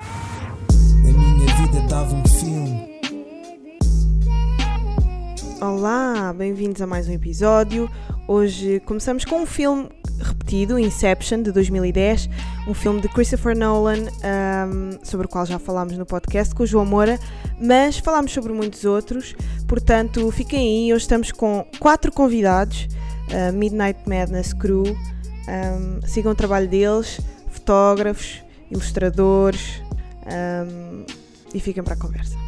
A minha vida dava um filme. Olá, bem-vindos a mais um episódio. Hoje começamos com um filme repetido, Inception, de 2010, um filme de Christopher Nolan, ahm, sobre o qual já falámos no podcast com o João Moura, mas falámos sobre muitos outros, portanto fiquem aí, hoje estamos com quatro convidados, ah, Midnight Madness Crew, ahm, sigam o trabalho deles, fotógrafos, ilustradores, ahm, e fiquem para a conversa.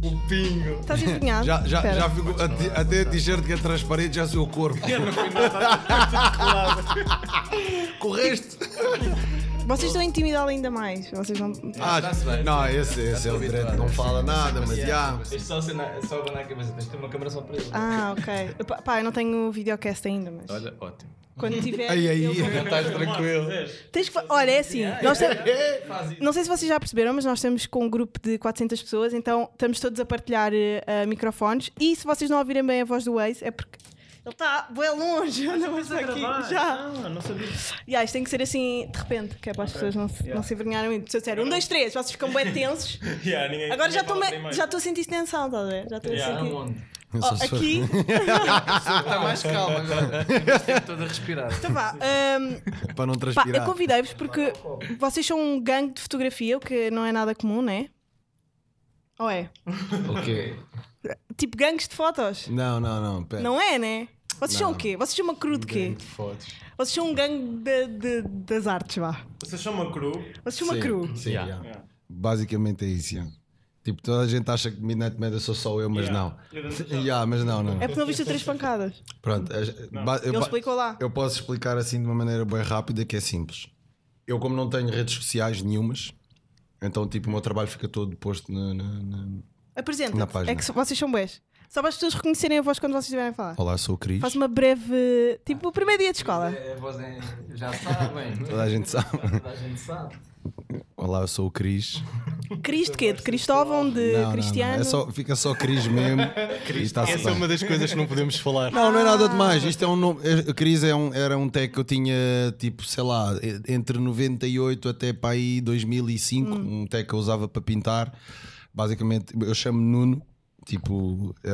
O Um pingo. Estás empenhado? Já, já, Espera. já fico, até- até a t-shirt que é transparente já sou o corpo. Correste? Vocês estão a intimidá-lo ainda mais. Vocês não... Ah, está-se bem. não, esse, esse é o direito, não fala nada, mas já. Deixa só acenar, só abanar a cabeça, tens de ter uma câmera só para ele. Ah, ok. Pá, Pá, eu não tenho videocast ainda, mas. Olha, ótimo. Quando tiver. Ai, ai. eu compro. Já estás Ah, tranquilo. Tens que fa- Olha, é assim. Nós É. te- Não sei se vocês já perceberam, mas nós temos com um grupo de 400 pessoas, então estamos todos a partilhar eh, eh, microfones. E se vocês não ouvirem bem a voz do Waze, é porque. Ele está bem longe, anda mais aqui. Já. Ah, não sabia. Yeah, isto tem que ser assim de repente, que é para as pessoas não se, não se envergonharem muito. Se eu disser um, dois, três, vocês ficam bem tensos. Yeah, ninguém, Agora já ninguém estou fala me- primeiro. já estou a sentir tensão, estás a ver? Já estou a Yeah. sentir. Aonde? Oh, aqui. Tá Tá Está mais calma agora. Mas tempo todo a respirar. Então vá. ehm, Para não Pá, eu transpirar. convidei-vos porque vocês são um gangue de fotografia, o que não é nada comum, não é? Ou é? Ok. Tipo gangues de fotos. Não, não, não, pera. Não é, né? Vocês são o quê? Vocês são uma crew de quê? De fotos. Vocês são um gangue de- de- das artes, vá. Vocês são uma crew? Vocês são uma Sim, crew. Sim, Yeah. já. Yeah. Basicamente é isso. já. Tipo, toda a gente acha que Midnight Madness sou só eu, mas Yeah. Eu não. não- Já, mas não, não. É porque não viste o três pancadas. Pronto, a- ba- eu Ele ba- explicou lá. Eu posso explicar assim de uma maneira bem rápida que é simples. Eu, como não tenho redes sociais nenhumas, então tipo, o meu trabalho fica todo posto na. na- na- Na Apresenta-te. página. É que so- vocês são bés. Só para as pessoas reconhecerem a voz quando vocês estiverem a falar. Olá, sou o Cris. Faz uma breve. Tipo, o primeiro dia de escola. A voz é. Já sabem. Toda a gente sabe. Toda a gente sabe. Olá, eu sou o Cris. Cris de quê? De Cristóvão? De Não, não, não. Cristiano? É só, fica só Cris mesmo. e está-se Essa é bem. uma das coisas que não podemos falar. Não, não é nada demais. Isto é um nome. é- Cris é um, era um tag que eu tinha, tipo, sei lá, e- entre 98 até para aí 2005. Hum. Um tag que eu usava para pintar. Basicamente, eu chamo Nuno. Tipo, eh,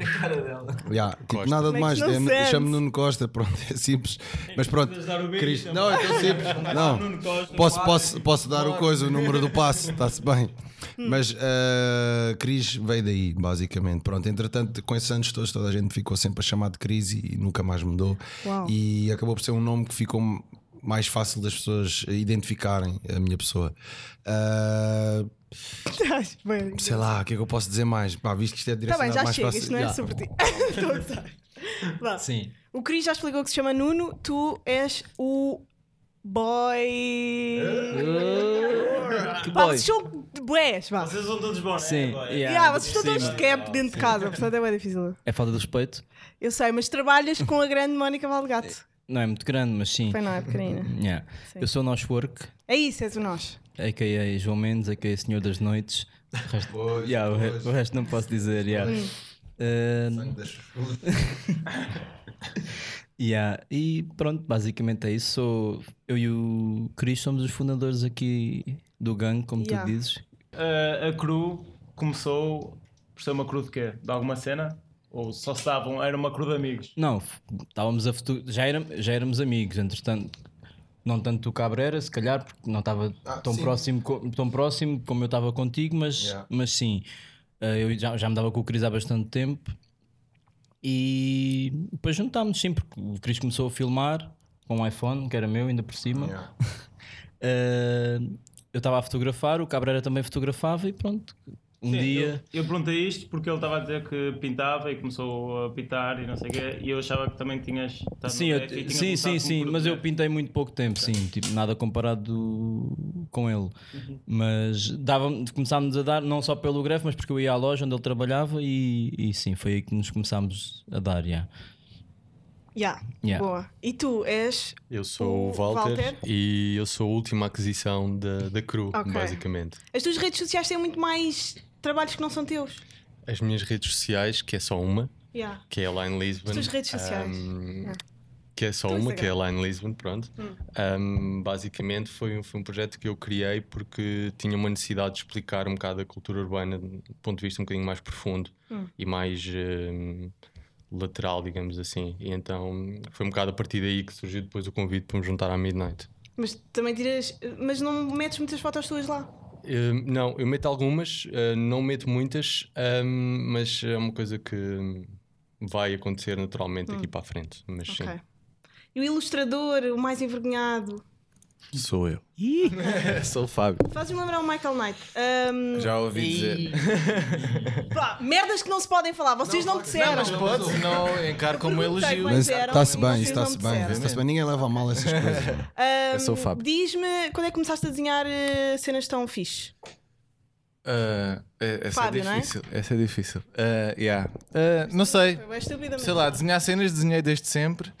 É A cara dela. Yeah, tipo, nada de mais. Makes no sense. É, Chamo Nuno Costa, pronto, é simples. Mas pronto, podes dar o bicho, Cris- é não, é tão simples. Não, Nuno Costa. posso, posso, posso dar o coisa, o número do passe, está-se bem. Mas eh, Cris veio daí, basicamente. Pronto, entretanto, com esses anos todos, toda a gente ficou sempre a chamar de Cris e nunca mais mudou. Uau. E acabou por ser um nome que ficou mais fácil das pessoas identificarem a minha pessoa. Eh, Estás bem. sei lá, o que é que eu posso dizer mais? Pá, visto que isto é Tá direcionado bem, já mais chega, fácil. isto não é Yeah. sobre ti. Estou a gozar. Vá. Sim. O Cris já explicou que se chama Nuno, tu és o boy. Que Pá, boy. vocês são de boés, vá. Vocês são todos bons, Sim, né? Agora? yeah, Yeah, ainda vocês por estão todos cima. de cap dentro de casa, portanto é bem difícil. É falta de respeito? Eu sei, mas trabalhas com a grande Mónica Valgato. Não é muito grande, mas sim. Foi não, é pequenina. Yeah. Eu sou o Nosh Work, É isso, és o nós. a.k.a. João Mendes, a.k.a. Senhor das Noites. O resto, Yeah, o, re- o resto não posso dizer. Yeah. Uh, yeah. E pronto, basicamente é isso. Sou, eu e o Cris somos os fundadores aqui do gangue, como Yeah. tu dizes. Ah, a crew começou por ser uma crew de quê? De alguma cena? Ou só se davam? Era uma crew de amigos? Não, f- estávamos a futu- já, éram- já éramos amigos, entretanto. Não tanto o Cabrera, se calhar, porque não estava tão, Ah, sim. próximo, co- tão próximo como eu estava contigo, mas, Yeah. mas sim, eh, eu já, já me dava com o Cris há bastante tempo. E depois juntámos sim, porque o Cris começou a filmar com um iPhone, que era meu, ainda por cima. Yeah. Eh, eu estava a fotografar, o Cabrera também fotografava e pronto. Um Sim, dia. Eu, eu perguntei isto porque ele estava a dizer que pintava e começou a pintar e não sei o quê. E eu achava que também tinhas. Tá estado no Sim, eu- beco e tinhas sim, começado sim, como sim, mas eu produtor. pintei muito pouco tempo, sim, tipo, nada comparado com ele. Uhum. Mas dava, começámos a dar, não só pelo greve, mas porque eu ia à loja onde ele trabalhava e, e sim, foi aí que nos começámos a dar, yeah. Já, Yeah. boa. E tu és. Eu sou O o Walter, Walter. e eu sou a última aquisição da, da crew, Ok. basicamente. As tuas redes sociais têm muito mais trabalhos que não são teus. As minhas redes sociais, que é só uma, Yeah. que é lá em Lisbon. As tuas redes sociais. Ah. Um, Yeah. Que é só Teu uma, Instagram. que é lá em Lisbon, pronto. Hum. Um, basicamente foi um, foi um projeto que eu criei porque tinha uma necessidade de explicar um bocado a cultura urbana de um ponto de vista um bocadinho mais profundo Hum. e mais um, lateral, digamos assim. E então foi um bocado a partir daí que surgiu depois o convite para me juntar à Midnight. Mas também tiras. Mas não metes muitas fotos tuas lá. Eh, não, eu meto algumas, eh, não meto muitas, ahm, mas é uma coisa que hum, vai acontecer naturalmente aqui para a frente. Mas Ok. E o ilustrador, o mais envergonhado. Sou eu. Sou o Fábio. Fazes-me lembrar o Michael Knight. Ahm, Já ouvi dizer. pá, merdas que não se podem falar, vocês não, disseram. Mas pode, não encaro como perguntei elogio. quando- Mas Mas eram, está-se bem, vocês isso está-se não bem, disseram. está-se bem. Ninguém leva a mal essas coisas. Ahm, Eu sou o Fábio. Diz-me quando é que começaste a desenhar eh, cenas tão fixe? Ah, é- essa Fábio, é não é? difícil. Essa é difícil. Ah, yeah. Ah, não sei. Foi bem estúpida Sei lá, desenhar cenas desenhei desde sempre,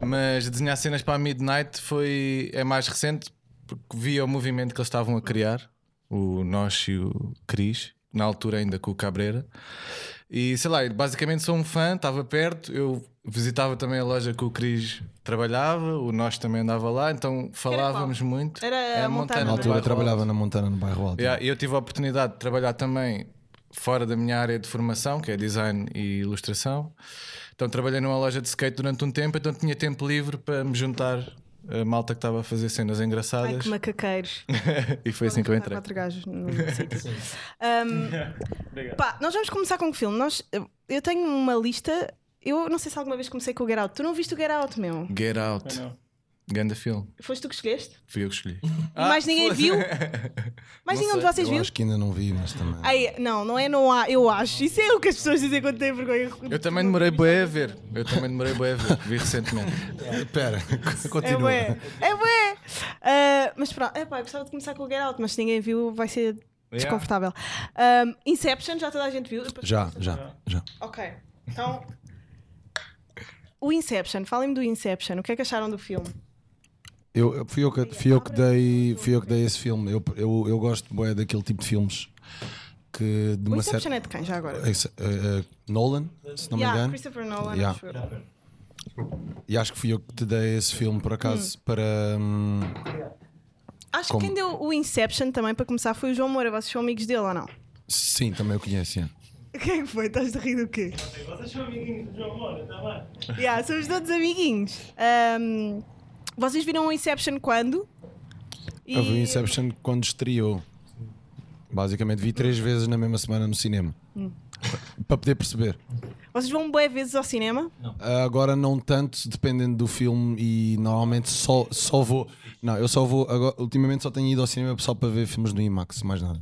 mas desenhar cenas para a Midnight foi é mais recente porque via o movimento que eles estavam a criar, o Nós e o Cris, na altura ainda com o Cabreira. E sei lá, basicamente sou um fã, estava perto, eu visitava também a loja que o Cris trabalhava, o Nós também andava lá, então falávamos muito. Era a Montana, Na não é? altura Bairro trabalhava Alto. na Montana, no bairro Alto. Yeah, eu tive a oportunidade de trabalhar também fora da minha área de formação, que é design e ilustração. Então trabalhei numa loja de skate durante um tempo, então tinha tempo livre para me juntar a malta que estava a fazer cenas engraçadas. Ai, que macaqueiros. e foi assim que eu Há entrei. quatro gajos no sítio. Ahm, pá, nós vamos começar com que filme? Nós, eu tenho uma lista. Eu não sei se alguma vez comecei com o Get Out. Tu não viste o Get Out, meu? Get Out. Não. Ganda filme. Foste tu que escolheste? Fui eu que escolhi. Ah, mais ninguém viu? Mais nenhum de sei, vocês Eu viu? acho que ainda não vi, mas também. Ai, não, não é não há, eu acho. Isso é o que as pessoas dizem quando têm vergonha. É Eu também demorei bué a ver. Eu também demorei bué a ver. Vi recentemente. Ah, Espera, É continua. bué, é bué. Ah, mas pronto, epá, eu gostava de começar com o Get Out, mas se ninguém viu vai ser desconfortável. Ahm, Inception, já toda a gente viu? Já, já, já. Ok, então... O Inception, falem-me do Inception, o que é que acharam do filme? Eu, eu- fui, eu que, fui, eu que dei, fui eu que dei esse filme. Eu, eu, eu gosto bué, daquele tipo de filmes que de O uma Inception certa. é de quem já agora? Esse- eh, eh, Nolan, se não me Yeah, engano. Christopher Nolan, Yeah. acho eu. E acho que fui eu que te dei esse filme, por acaso, para. hum, Acho Como? que quem deu o Inception também para começar foi o João Moura, vocês são amigos dele ou não? sim, também eu conheço. yeah. Quem é que foi? Estás de rir do quê? Vocês são amiguinhos do João Moura, está bem? Yeah, somos todos amiguinhos. Ahm, vocês viram o Inception quando? E- Eu vi o Inception quando estreou. Basicamente, vi Hum. três vezes na mesma semana no cinema. Para poder perceber. Vocês vão boas vezes ao cinema? Agora não tanto, dependendo do filme e normalmente só, só vou. Não, eu só vou. agora- ultimamente só tenho ido ao cinema só para ver filmes no IMAX, mais nada.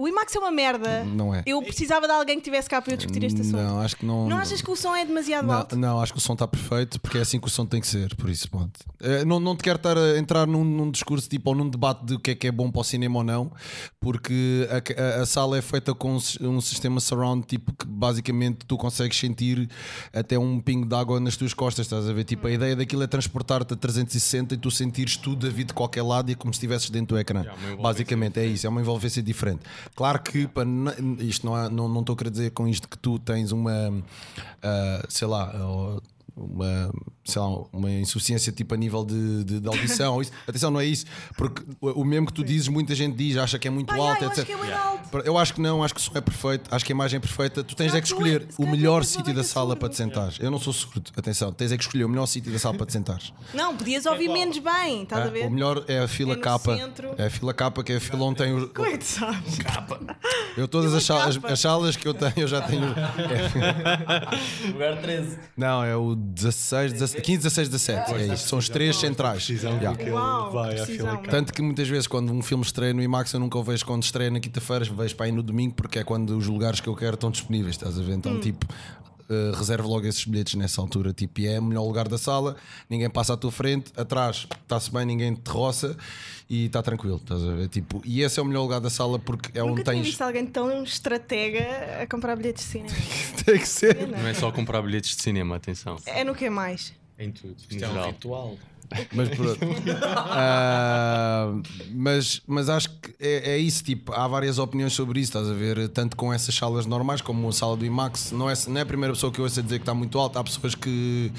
O IMAX é uma merda. Não é. Eu precisava de alguém que tivesse cá para eu discutir este assunto. Não, acho que não. Não achas que o som é demasiado não, alto? não, acho que o som está perfeito porque é assim que o som tem que ser, por isso pronto. Eh, não, não te quero estar a entrar num, num discurso tipo ou num debate de o que é que é bom para o cinema ou não, porque a, a- a sala é feita com um sis- um sistema surround tipo que basicamente tu consegues sentir até um pingo de água nas tuas costas, estás a ver? Hum. Tipo, a ideia daquilo é transportar-te a 360 e tu sentires tudo a vir de qualquer lado e é como se estivesses dentro do ecrã. Basicamente é isso, é uma envolvência diferente. Claro que para, n- isto não, há- não, não estou a querer dizer com isto que tu tens uma ah, sei lá, ou uma, sei lá, uma insuficiência tipo a nível de, de, de audição. ou isso. Atenção, não é isso, porque o o mesmo que tu dizes, muita gente diz, acha que é muito Pá, alto, yeah, eu acho etc. que é bué de alto. Eu acho que não, acho que o som é perfeito, acho que a imagem é perfeita. Tu tens calhar é que tu é- escolher se o calhar tu és melhor uma sítio da pessoa sala surda. para te sentares. Eu não sou surdo, atenção, tens é que escolher o melhor sítio da sala para te sentares. Não, podias ouvir menos bem, estás a Ah, ver? O melhor é a É fila no capa. centro. É a fila capa, que é a fila onde tem o- Como é que tu sabes? Eu todas as Fila salas, capa. as salas que eu tenho, eu já tenho. É. Lugar 13. Não, é o 16, 17, 15, 16, 17. É isso, são os três centrais. Yeah. que Uau, vai à fila cá. Tanto que muitas vezes, quando um filme estreia no IMAX, eu nunca o vejo quando estreia na quinta-feira, vejo para aí no domingo, porque é quando os lugares que eu quero estão disponíveis, estás a ver? Então, Hum. tipo. eh, reservo logo esses bilhetes nessa altura, tipo, e é o melhor lugar da sala, ninguém passa à tua frente, atrás está-se bem, ninguém te roça e está tranquilo, estás a ver? Tipo, e esse é o melhor lugar da sala porque é Nunca onde tinha tens. visto alguém tão estratega a comprar bilhetes de cinema. Tem que ser. Não é só comprar bilhetes de cinema, atenção. É no que mais? Em tudo, em geral. ritual. Mas pronto. Ah, mas, mas acho que é, é isso. Tipo, há várias opiniões sobre isso, estás a ver? Tanto com essas salas normais como a sala do IMAX. Não é, não é a primeira pessoa que eu ouço a dizer que está muito alta. Há pessoas que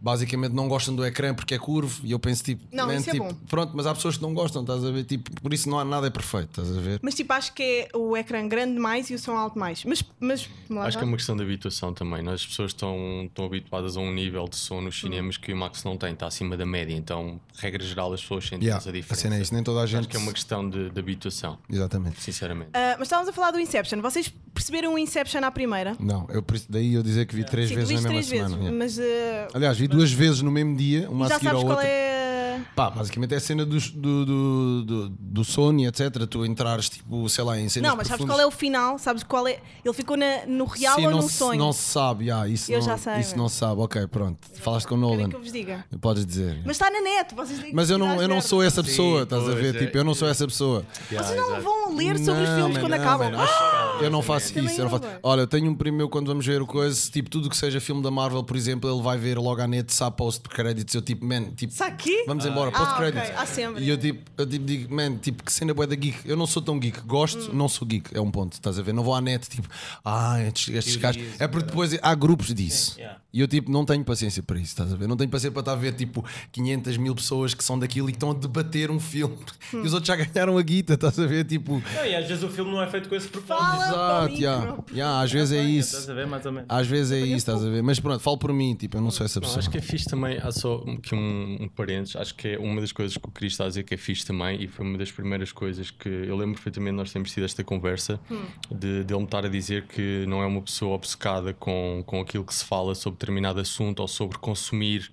basicamente não gostam do ecrã porque é curvo. E eu penso, tipo, Não, man, isso é tipo, bom. pronto, mas há pessoas que não gostam, estás a ver? Tipo, por isso não há nada é perfeito, estás a ver? Mas tipo, acho que é o ecrã grande mais e o som alto mais. Mas, mas lá Acho está. que é uma questão de habituação também. Nós, As pessoas estão, estão habituadas a um nível de som nos cinemas que o IMAX não tem, está acima da média. Então, regra geral, as pessoas sentem Yeah, essa a diferença. cena é isso. Nem toda a gente. Acho que é uma questão de, de habituação, Exatamente. sinceramente. Ah, mas estávamos a falar do Inception. Vocês perceberam o Inception à primeira? Não, eu, por isso- daí eu dizer que vi três Sim, tu vezes viste na mesma três semana. vezes, yeah. mas ah, Aliás, vi duas vezes no mesmo dia, uma a já seguir ao sabes outro. qual é. Pá, basicamente é a cena dos- do, do, do, do Sony, etc. Tu entrares, tipo, sei lá, em cenas Não, mas sabes profundas. qual é o final? Sabes qual é. Ele ficou na- no real Sim, ou não num se- sonho? Não se sabe, já, isso, Eu não, já sei, isso meu. não se sabe. Ok, pronto. Falaste com o Querem Nolan. que eu vos diga. Podes dizer. Mas, Mas está na net, vocês têm que ir eu, não, às eu não verdes. sou essa pessoa, Sim, estás a pois, ver? é. Tipo, eu não sou essa pessoa. Yeah, Vocês não exato. vão ler sobre os filmes man, quando não, acabam. Ah, man, acho- eu não faço Também isso. eu não não faço- vai. Olha, eu tenho um primo meu quando vamos ver o coisa, tipo, tudo que seja filme da Marvel, por exemplo, ele vai ver logo à net, sabe post-credits. Eu tipo, man, tipo, Está aqui? Vamos embora, Ah, post-credits. ok, há sempre. E eu tipo, eu tipo digo, man, tipo, que cena boa da geek. Eu não sou tão geek, Hum. gosto, não sou geek, é um ponto, estás a ver? Não vou à net, tipo, ah, estes, estes gajos. É porque depois há grupos disso. E eu tipo, não tenho paciência para isso, estás a ver? Não tenho paciência para estar a ver tipo 500 mil pessoas que são daquilo e que estão a debater um filme. Hum. E os outros já ganharam a guita, estás a ver? Tipo, Não, e às vezes o filme não é feito com esse propósito. Fala para o exato, micro. yeah, yeah, às vezes é Estás isso. a ver, mais ou menos. Às vezes é isso, estás a ver? Mas pronto, falo por mim, tipo, eu não sou essa Não, pessoa. acho que é fixe também, há só aqui um, um parênteses, acho que é uma das coisas que o Cris está a dizer que é fixe também e foi uma das primeiras coisas que eu lembro perfeitamente nós temos tido esta conversa de, de ele me estar a dizer que não é uma pessoa obcecada com, com aquilo que se fala sobre determinado assunto ou sobre consumir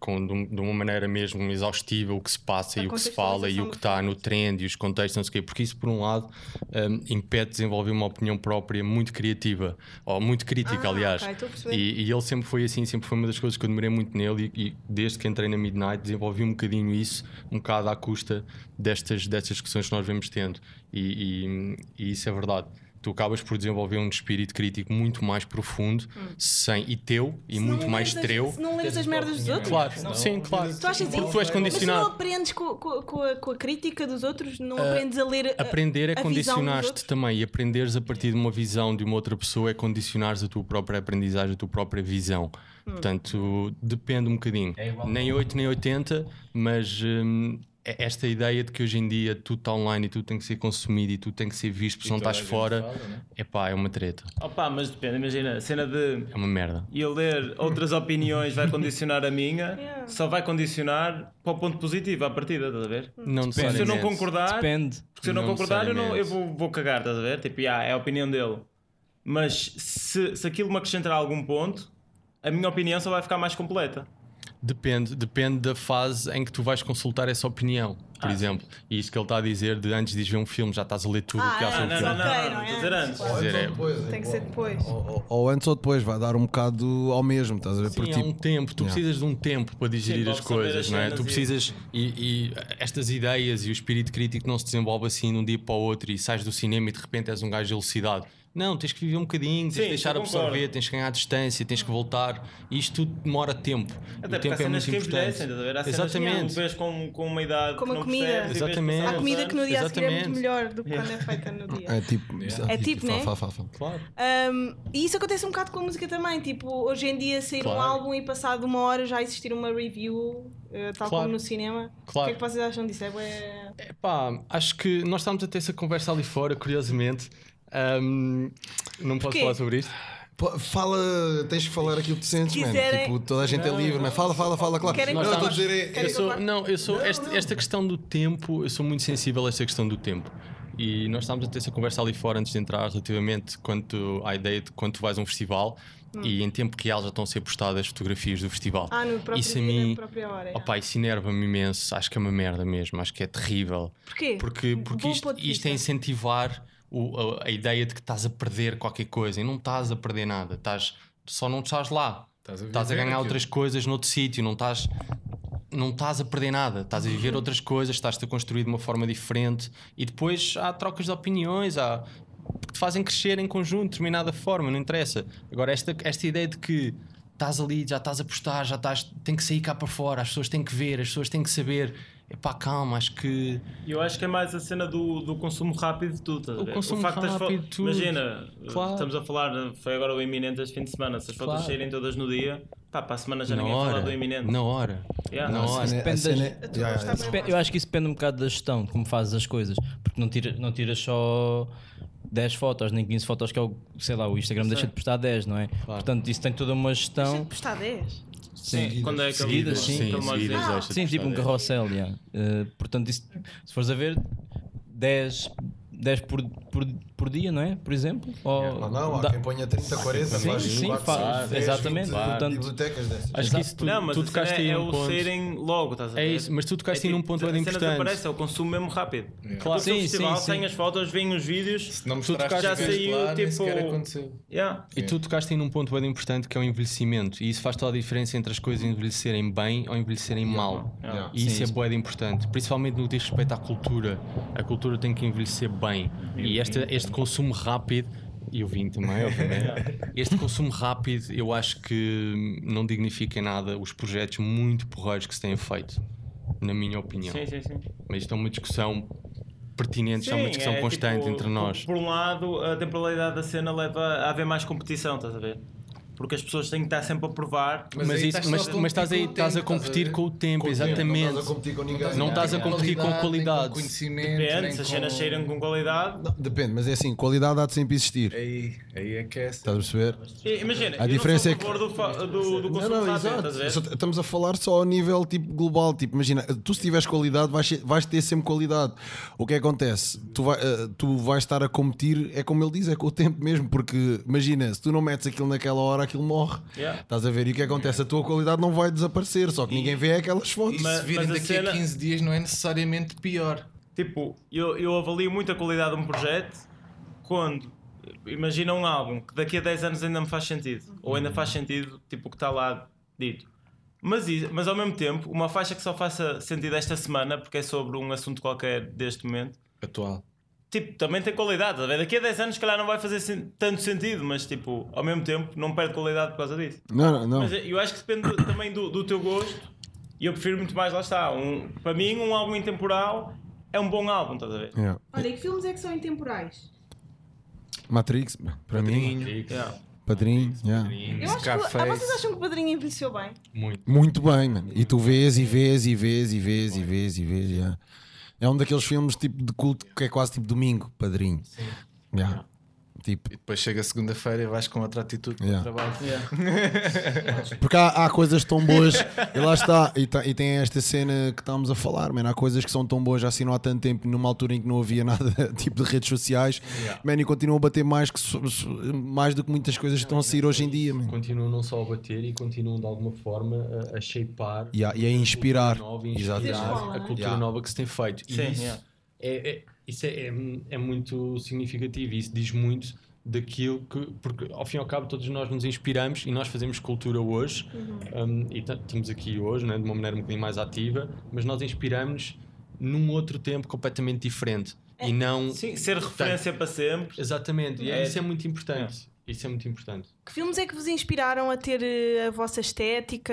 com, de um- de uma maneira mesmo exaustiva o que se passa A e o que se fala e o que está no trend e os contextos, não sei o quê, porque isso, por um lado, hum, impede desenvolver uma opinião própria muito criativa ou muito crítica, Ah, aliás. ok, estou a perceber. E, e ele sempre foi assim, sempre foi uma das coisas que eu demorei muito nele e, e desde que entrei na Midnight desenvolvi um bocadinho isso, um bocado à custa destas, destas discussões que nós vemos tendo. E, e- e isso é verdade. Tu acabas por desenvolver um espírito crítico muito mais profundo sem, e teu Hum. e Se não muito mais lês as- treu. Se não lês as merdas dos outros. Claro, sim, claro. Tu achas Porque isso? tu Mas és tu condicionado. Ah, não aprendes co- co- co- a- com, a crítica dos outros? Não aprendes a ler. a- Aprender é a visão dos condicionar-te outros? também e aprenderes a partir de uma visão de uma outra pessoa é condicionares a tua própria aprendizagem, a tua própria visão. Hum. Portanto, depende um bocadinho. É nem 8, nem 80, mas hum, é- esta ideia de que hoje em dia tudo está online e tudo tem que ser consumido e tudo tem que ser visto porque senão estás fora, né? epá, é uma treta, Opa, mas depende, imagina, a cena de é uma merda. eu ler outras opiniões vai condicionar a minha, Yeah. só vai condicionar para o ponto positivo à partida, estás a ver? Hum. Não Se eu não necessariamente. concordar, Depende. porque se eu não, Não concordar, eu, não, eu necessariamente. vou, vou cagar, estás a ver? Tipo, yeah, é a opinião dele. Mas se, se aquilo me acrescentar algum ponto, a minha opinião só vai ficar mais completa. Depende, depende da fase em que tu vais consultar essa opinião, por Ah, exemplo. E isso que ele está a dizer de antes de ver um filme, já estás a ler tudo o que há Ah, sobre o Não, filme. não, não, não, Ok, não, não é estou a dizer antes, antes. Quer Então, dizer, é- Tem que ser depois. Ou, ou antes ou depois, vai dar um bocado ao mesmo, estás a ver? Sim, Porque, tipo, há um tempo, tu precisas de um tempo para digerir para as absorver coisas, as não é? cenas Tu e- precisas e, e estas ideias e o espírito crítico não se desenvolve assim de um dia para o outro e sais do cinema e de repente és um gajo de velocidade. Não, tens que viver um bocadinho, tens Sim, que deixar eu concordo. absorver, tens que ganhar distância, tens que voltar. Isto tudo demora tempo. Até o porque há tempo é cenas muito que importante. envelhecem, estás a ver? Há cenas que tu Exatamente. vês com, com uma idade. Como que a não comida. percebes e vês Exatamente. passar Há uns comida que no dia a seguir é muito Ah, Exatamente. melhor do que quando é feita no dia. É tipo. Yeah. É tipo, né? Fala, fala, fala. Claro. Um, e isso acontece um bocado com a música também. Tipo, hoje em dia sair um Claro. álbum e passado uma hora já existir uma review, eh, tal Claro. como no cinema. Claro. O que é que vocês acham disso? É bué- Epá, acho que nós estamos a ter essa conversa ali fora, curiosamente. Ahm, não posso Porquê? falar sobre isto. Pô, Fala, tens que falar aquilo que sentes, mano. quiserem- Tipo, toda a gente é livre, mas fala, fala, fala, claro. Querem não, que eu estou a fale? dizer, é- Querem Eu que sou, fale? não, eu sou esta, esta questão do tempo, eu sou muito sensível a esta questão do tempo. E nós estávamos a ter essa conversa ali fora antes de entrar, relativamente quanto à ideia de quando tu vais a um festival e em tempo real já estão a ser postadas fotografias do festival. Hum. Ah, no próprio isso a dia, mim, na própria hora. é. opa, isso enerva-me imenso. Acho que é uma merda mesmo, acho que é terrível. Porquê? Porque, Um porque bom isto, ponto de isto é vista. incentivar o- a, a ideia de que estás a perder qualquer coisa e não estás a perder nada, estás, só não estás lá. Estás a Estás a viver ganhar aquilo. outras coisas noutro sítio, não estás. Não estás a perder nada, estás a viver outras coisas, estás-te a construir de uma forma diferente e depois há trocas de opiniões, há que te fazem crescer em conjunto de determinada forma, não interessa. Agora, esta, esta ideia de que estás ali, já estás a postar, já estás, tem que sair cá para fora, as pessoas têm que ver, as pessoas têm que saber. Epá, calma, acho que Eu acho que é mais a cena do, do consumo rápido de tudo. estás a ver? consumo de as fo- rápido de tudo. Imagina, Claro. estamos a falar, foi agora o iminente este fim de semana. Se as fotos Claro. saírem todas no dia, pá, para a semana já na Tá ninguém fala hora, do iminente. na hora, Yeah. na Não, é- hora. Cena- a depende das- cena- Ya, ya, ya. Depen- Eu acho que isso depende um bocado da gestão, de como fazes as coisas. Porque não tiras não tira só 10 fotos, nem 15 fotos, que é o, sei lá, o Instagram deixa de postar 10, não é? Portanto, isso tem toda uma Deixa gestão. de postar 10. Sim, quando é que Seguidas, sim. Sim, Sim, seguidas, Ah, deixa de Sim, tipo um postar. carrossel, yeah. Uh, Portanto, isso, se fores a ver, 10, 10 por, por, por dia, não é? Por exemplo? Ou- Não, não, há dá- quem ponha 30, 40, Sim, faz sim, 4, faz- 5, 10, exatamente, 20 portanto- bibliotecas dessas. Acho que isso tu, não, mas tu a cena tocaste aí é num o ponto. saírem logo, estás a ver? tipo, É isso, mas tu tocaste aí num ponto a bem cena importante. desaparece, é o consumo mesmo rápido. Claro. Sim, Sim, festival, sim, sim. sem as fotos, vêm os vídeos. Se não mostraste já o que tens saiu, lá, nem tipo- sequer aconteceu. Yeah. E tu tocaste aí num ponto bem importante que é o envelhecimento. E isso faz toda a diferença entre as coisas envelhecerem bem ou envelhecerem mal. Yeah. E isso é bem importante, principalmente no que diz respeito à cultura. A cultura tem que envelhecer bem. Uhum. E este, este consumo rápido. E o vinho também, obviamente. Este consumo rápido, eu acho que não dignifica em nada os projetos muito porreiros que se têm feito, na minha opinião. Sim, sim, sim. Mas isto é uma discussão pertinente, isto é Sim, uma discussão é, constante tipo, entre nós. Por, por um lado, a temporalidade da cena leva a haver mais competição, estás a ver? Porque as pessoas têm que estar sempre a provar. Mas, aí isso, estás mas, só a mas estás aí competir com estás o a tempo, competir estás a com o tempo, Não exatamente. estás a competir com ninguém. Não estás a Yeah. competir com qualidade. nem com conhecimento, Depende, nem se as com- cenas saírem com qualidade. Não, Depende, mas é assim, qualidade há de sempre existir. Aí, aí é que é essa. Estás a perceber? E, Imagina, A eu diferença é não sou a favor do, fa- do, do consumo rápido, estás a ver? Só t- Estamos a falar só ao nível tipo global. Tipo, imagina, tu se tiveres qualidade, vais, ser- vais ter sempre qualidade. O que é que acontece? Tu, vai- eh, tu vais estar a competir, é como ele diz, é com o tempo mesmo. Porque imagina, se tu não metes aquilo naquela hora, aquilo morre. Yeah. Estás a ver? E o que acontece? A tua qualidade não vai desaparecer, só que ninguém vê aquelas fotos. E Mas- se virem mas a daqui cena- a 15 dias não é necessariamente pior. Tipo, eu, eu avalio muito a qualidade de um projeto quando imagina um álbum que daqui a 10 anos ainda me faz sentido, ou ainda faz sentido, tipo, o que está lá dito. Mas, i- mas ao mesmo tempo, uma faixa que só faça sentido esta semana, porque é sobre um assunto qualquer deste momento, Atual. tipo, também tem qualidade. tá a ver? Daqui a 10 anos, se calhar, não vai fazer sen- tanto sentido, mas, tipo, ao mesmo tempo, não perde qualidade por causa disso. Não, não, não. Mas é- eu acho que depende do- também do, do teu gosto. E eu prefiro muito mais, lá está. Um, para mim, um álbum intemporal é um bom álbum, estás a ver? Yeah. Olha, e que filmes é que são intemporais? Matrix, para mim. Yeah. Padrinho, yeah. Eu acho que, Scarface. ah, vocês acham que o Padrinho envelheceu bem? Muito. Muito bem, mano. E tu vês e vês e vês e vês e vês e vês. yeah. É um daqueles filmes tipo de culto que é quase tipo domingo, padrinho. Sim. Tipo, E depois chega segunda-feira e vais com outra atitude para Yeah. o trabalho. porque há, há coisas tão boas e lá está. E, tá- e tem esta cena que estávamos a falar, mano. Há coisas que são tão boas já assim não há tanto tempo, numa altura em que não havia nada tipo de redes sociais. Man, e continuam a bater mais, que, so- so- mais do que muitas coisas que estão a sair hoje em dia, mano. Continuam não só a bater e continuam de alguma forma a, a shapear é E a, e a inspirar. a cultura nova, e inspirar Exato. a cultura Yeah. nova que se tem feito. E Sim, isso, yeah. é, é- isso é, é, é muito significativo. e Isso diz muito daquilo que, porque ao fim e ao cabo todos nós nos inspiramos e nós fazemos cultura hoje Uhum. um, e ta- estamos aqui hoje né, de uma maneira um bocadinho mais ativa, mas nós inspiramos num outro tempo completamente diferente e não É, Sim, ser referência para sempre. Exatamente, e É. isso é muito importante. Isso é muito importante. Que filmes é que vos inspiraram a ter eh, a vossa estética,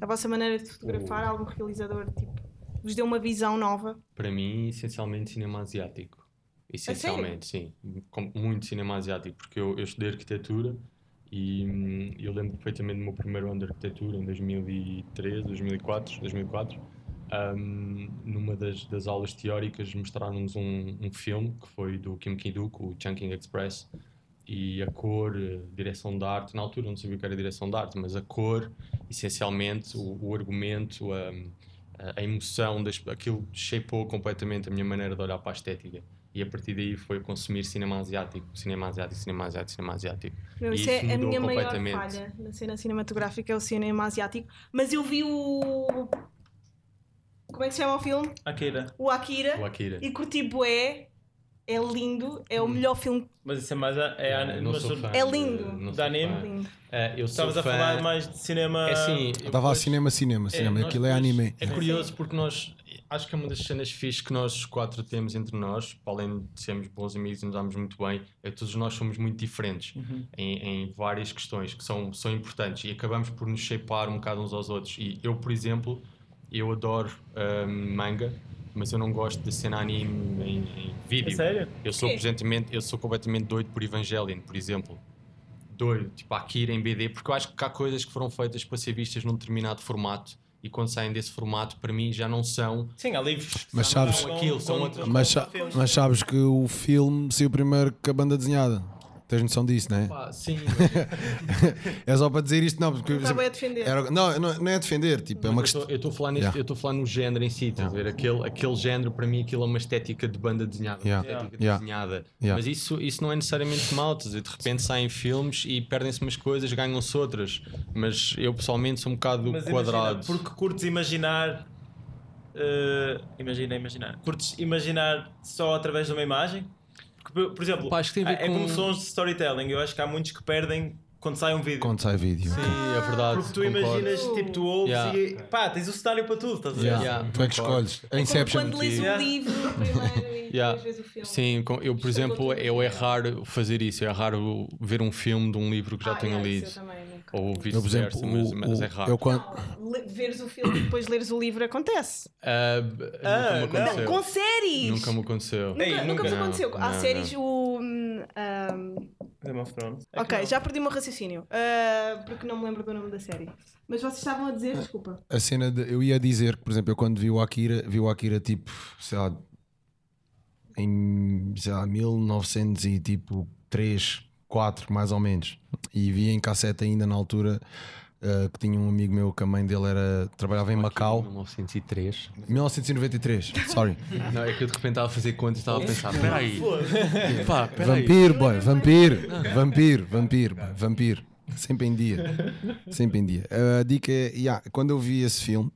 a vossa maneira de fotografar? Algum realizador tipo, vos deu uma visão nova? Para mim, essencialmente cinema asiático. Essencialmente, sim. Com- Muito cinema asiático, porque eu, eu estudei arquitetura e hum, eu lembro perfeitamente do meu primeiro ano de arquitetura, em 2003, 2004, 2004. hum, numa das, das aulas teóricas mostraram-nos um, um filme que foi do Kim Ki-duk, o Chungking Express, e a cor, eh, direção de arte, na altura eu não sabia o que era direção de arte, mas a cor, essencialmente, o, o argumento, hum, a, a emoção, das, aquilo shapeou completamente a minha maneira de olhar para a estética. E a partir daí foi consumir cinema asiático, cinema asiático, cinema asiático, cinema asiático. Meu, E isso é isso a mudou minha maior completamente. falha na cena cinematográfica, é o cinema asiático. Mas eu vi o. Como é que se chama o filme? Akira. O É. Akira. O Akira. E curti bué. É lindo. É o melhor filme Mas isso é mais. a- É, a- Não mas sou tu- fã É de- lindo. não sou De anime? fã. lindo. Eh, eu sou Estavas a fã- falar mais de cinema. É assim, eu Estava a depois- cinema, cinema, cinema. nós Aquilo é depois- anime. É curioso porque nós acho que é uma das cenas fixes que nós quatro temos entre nós, para além de sermos bons amigos e nos darmos muito bem, é que todos nós somos muito diferentes em, em várias questões que são, são importantes e acabamos por nos shapear um bocado uns aos outros. E eu, por exemplo, eu adoro ah, manga, mas eu não gosto de cena anime em, em vídeo. É sério? Eu sou, presentemente, eu sou completamente doido por Evangelion, por exemplo. Doido, tipo Akira em BD, porque eu acho que há coisas que foram feitas para ser vistas num determinado formato e quando saem desse formato, para mim, já não são Sim, há livros. Mas Há- sabes- com- Aquilo, são com- outras- com- Mas, sa- com filmes. mas sabes que o filme saiu primeiro que a banda desenhada. Tens noção disso, não é? Pá, sim, É só para dizer isto, não, porque. Estava a defender. Era- não, não, não é defender, tipo, é uma mas eu questão. tô- eu estou a falar neste, Yeah. eu estou a falar no género em si, estás a ver? Aquele, aquele género, para mim, aquilo é uma estética de banda desenhada, uma Yeah. estética Yeah. desenhada. Yeah. Mas isso, isso não é necessariamente mal, estás a ver? De repente saem filmes e perdem-se umas coisas, ganham-se outras. Mas eu pessoalmente sou um bocado Mas imagina, quadrado. porque curtes imaginar. eh, imagina, imaginar. Curtes imaginar só através de uma imagem? Porque, por, por exemplo, Pá, acho que tem a ver é como com- sons de storytelling. Eu acho que há muitos que perdem quando sai um vídeo. Quando sai vídeo. Sim, é verdade. Porque tu concordo. imaginas, tipo, tu ouves Yeah. e pá, tens o cenário para tudo, estás a ver? Yeah. Yeah, Tu é que concordo. escolhes. A Inception. Quando lês Yeah. o livro primeiro e Yeah. depois vês o filme. Sim, com- eu, por Isto é exemplo, conteúdo eu é legal. raro fazer isso, é raro ver um filme de um livro que já Ah, tenho yeah, lido. isso eu também nunca. Ou Eu, por exemplo, vice-versa, mas, o, mas o- é raro. eu quando- Não, le- veres o filme e depois leres o livro acontece. Ah, b- nunca me não. aconteceu. Com séries! Nunca me aconteceu. Nunca, Ei, nunca vos nunca. aconteceu. Não, Há não. séries, o. hum, hum, Game of Thrones. É que ok, não. já perdi o meu raciocínio. ah, porque não me lembro do nome da série. Mas vocês estavam a Ah, dizer, desculpa. a cena de, eu ia dizer que, por exemplo, eu quando vi o Akira, vi o Akira tipo, sei lá, em sei lá, 1903, 4 tipo, mais ou menos. E vi em cassete ainda na altura eh, que tinha um amigo meu que a mãe dele era, trabalhava em Macau, 1903. 1993, sorry. Não, é que eu de repente estava a fazer contas e estava a É pensar, peraí. Pá, peraí. Vampiro, boy, vampiro, vampiro, vampiro, boy, vampiro. Sempre em dia. Sempre em dia. A dica é, yeah, quando eu vi esse filme,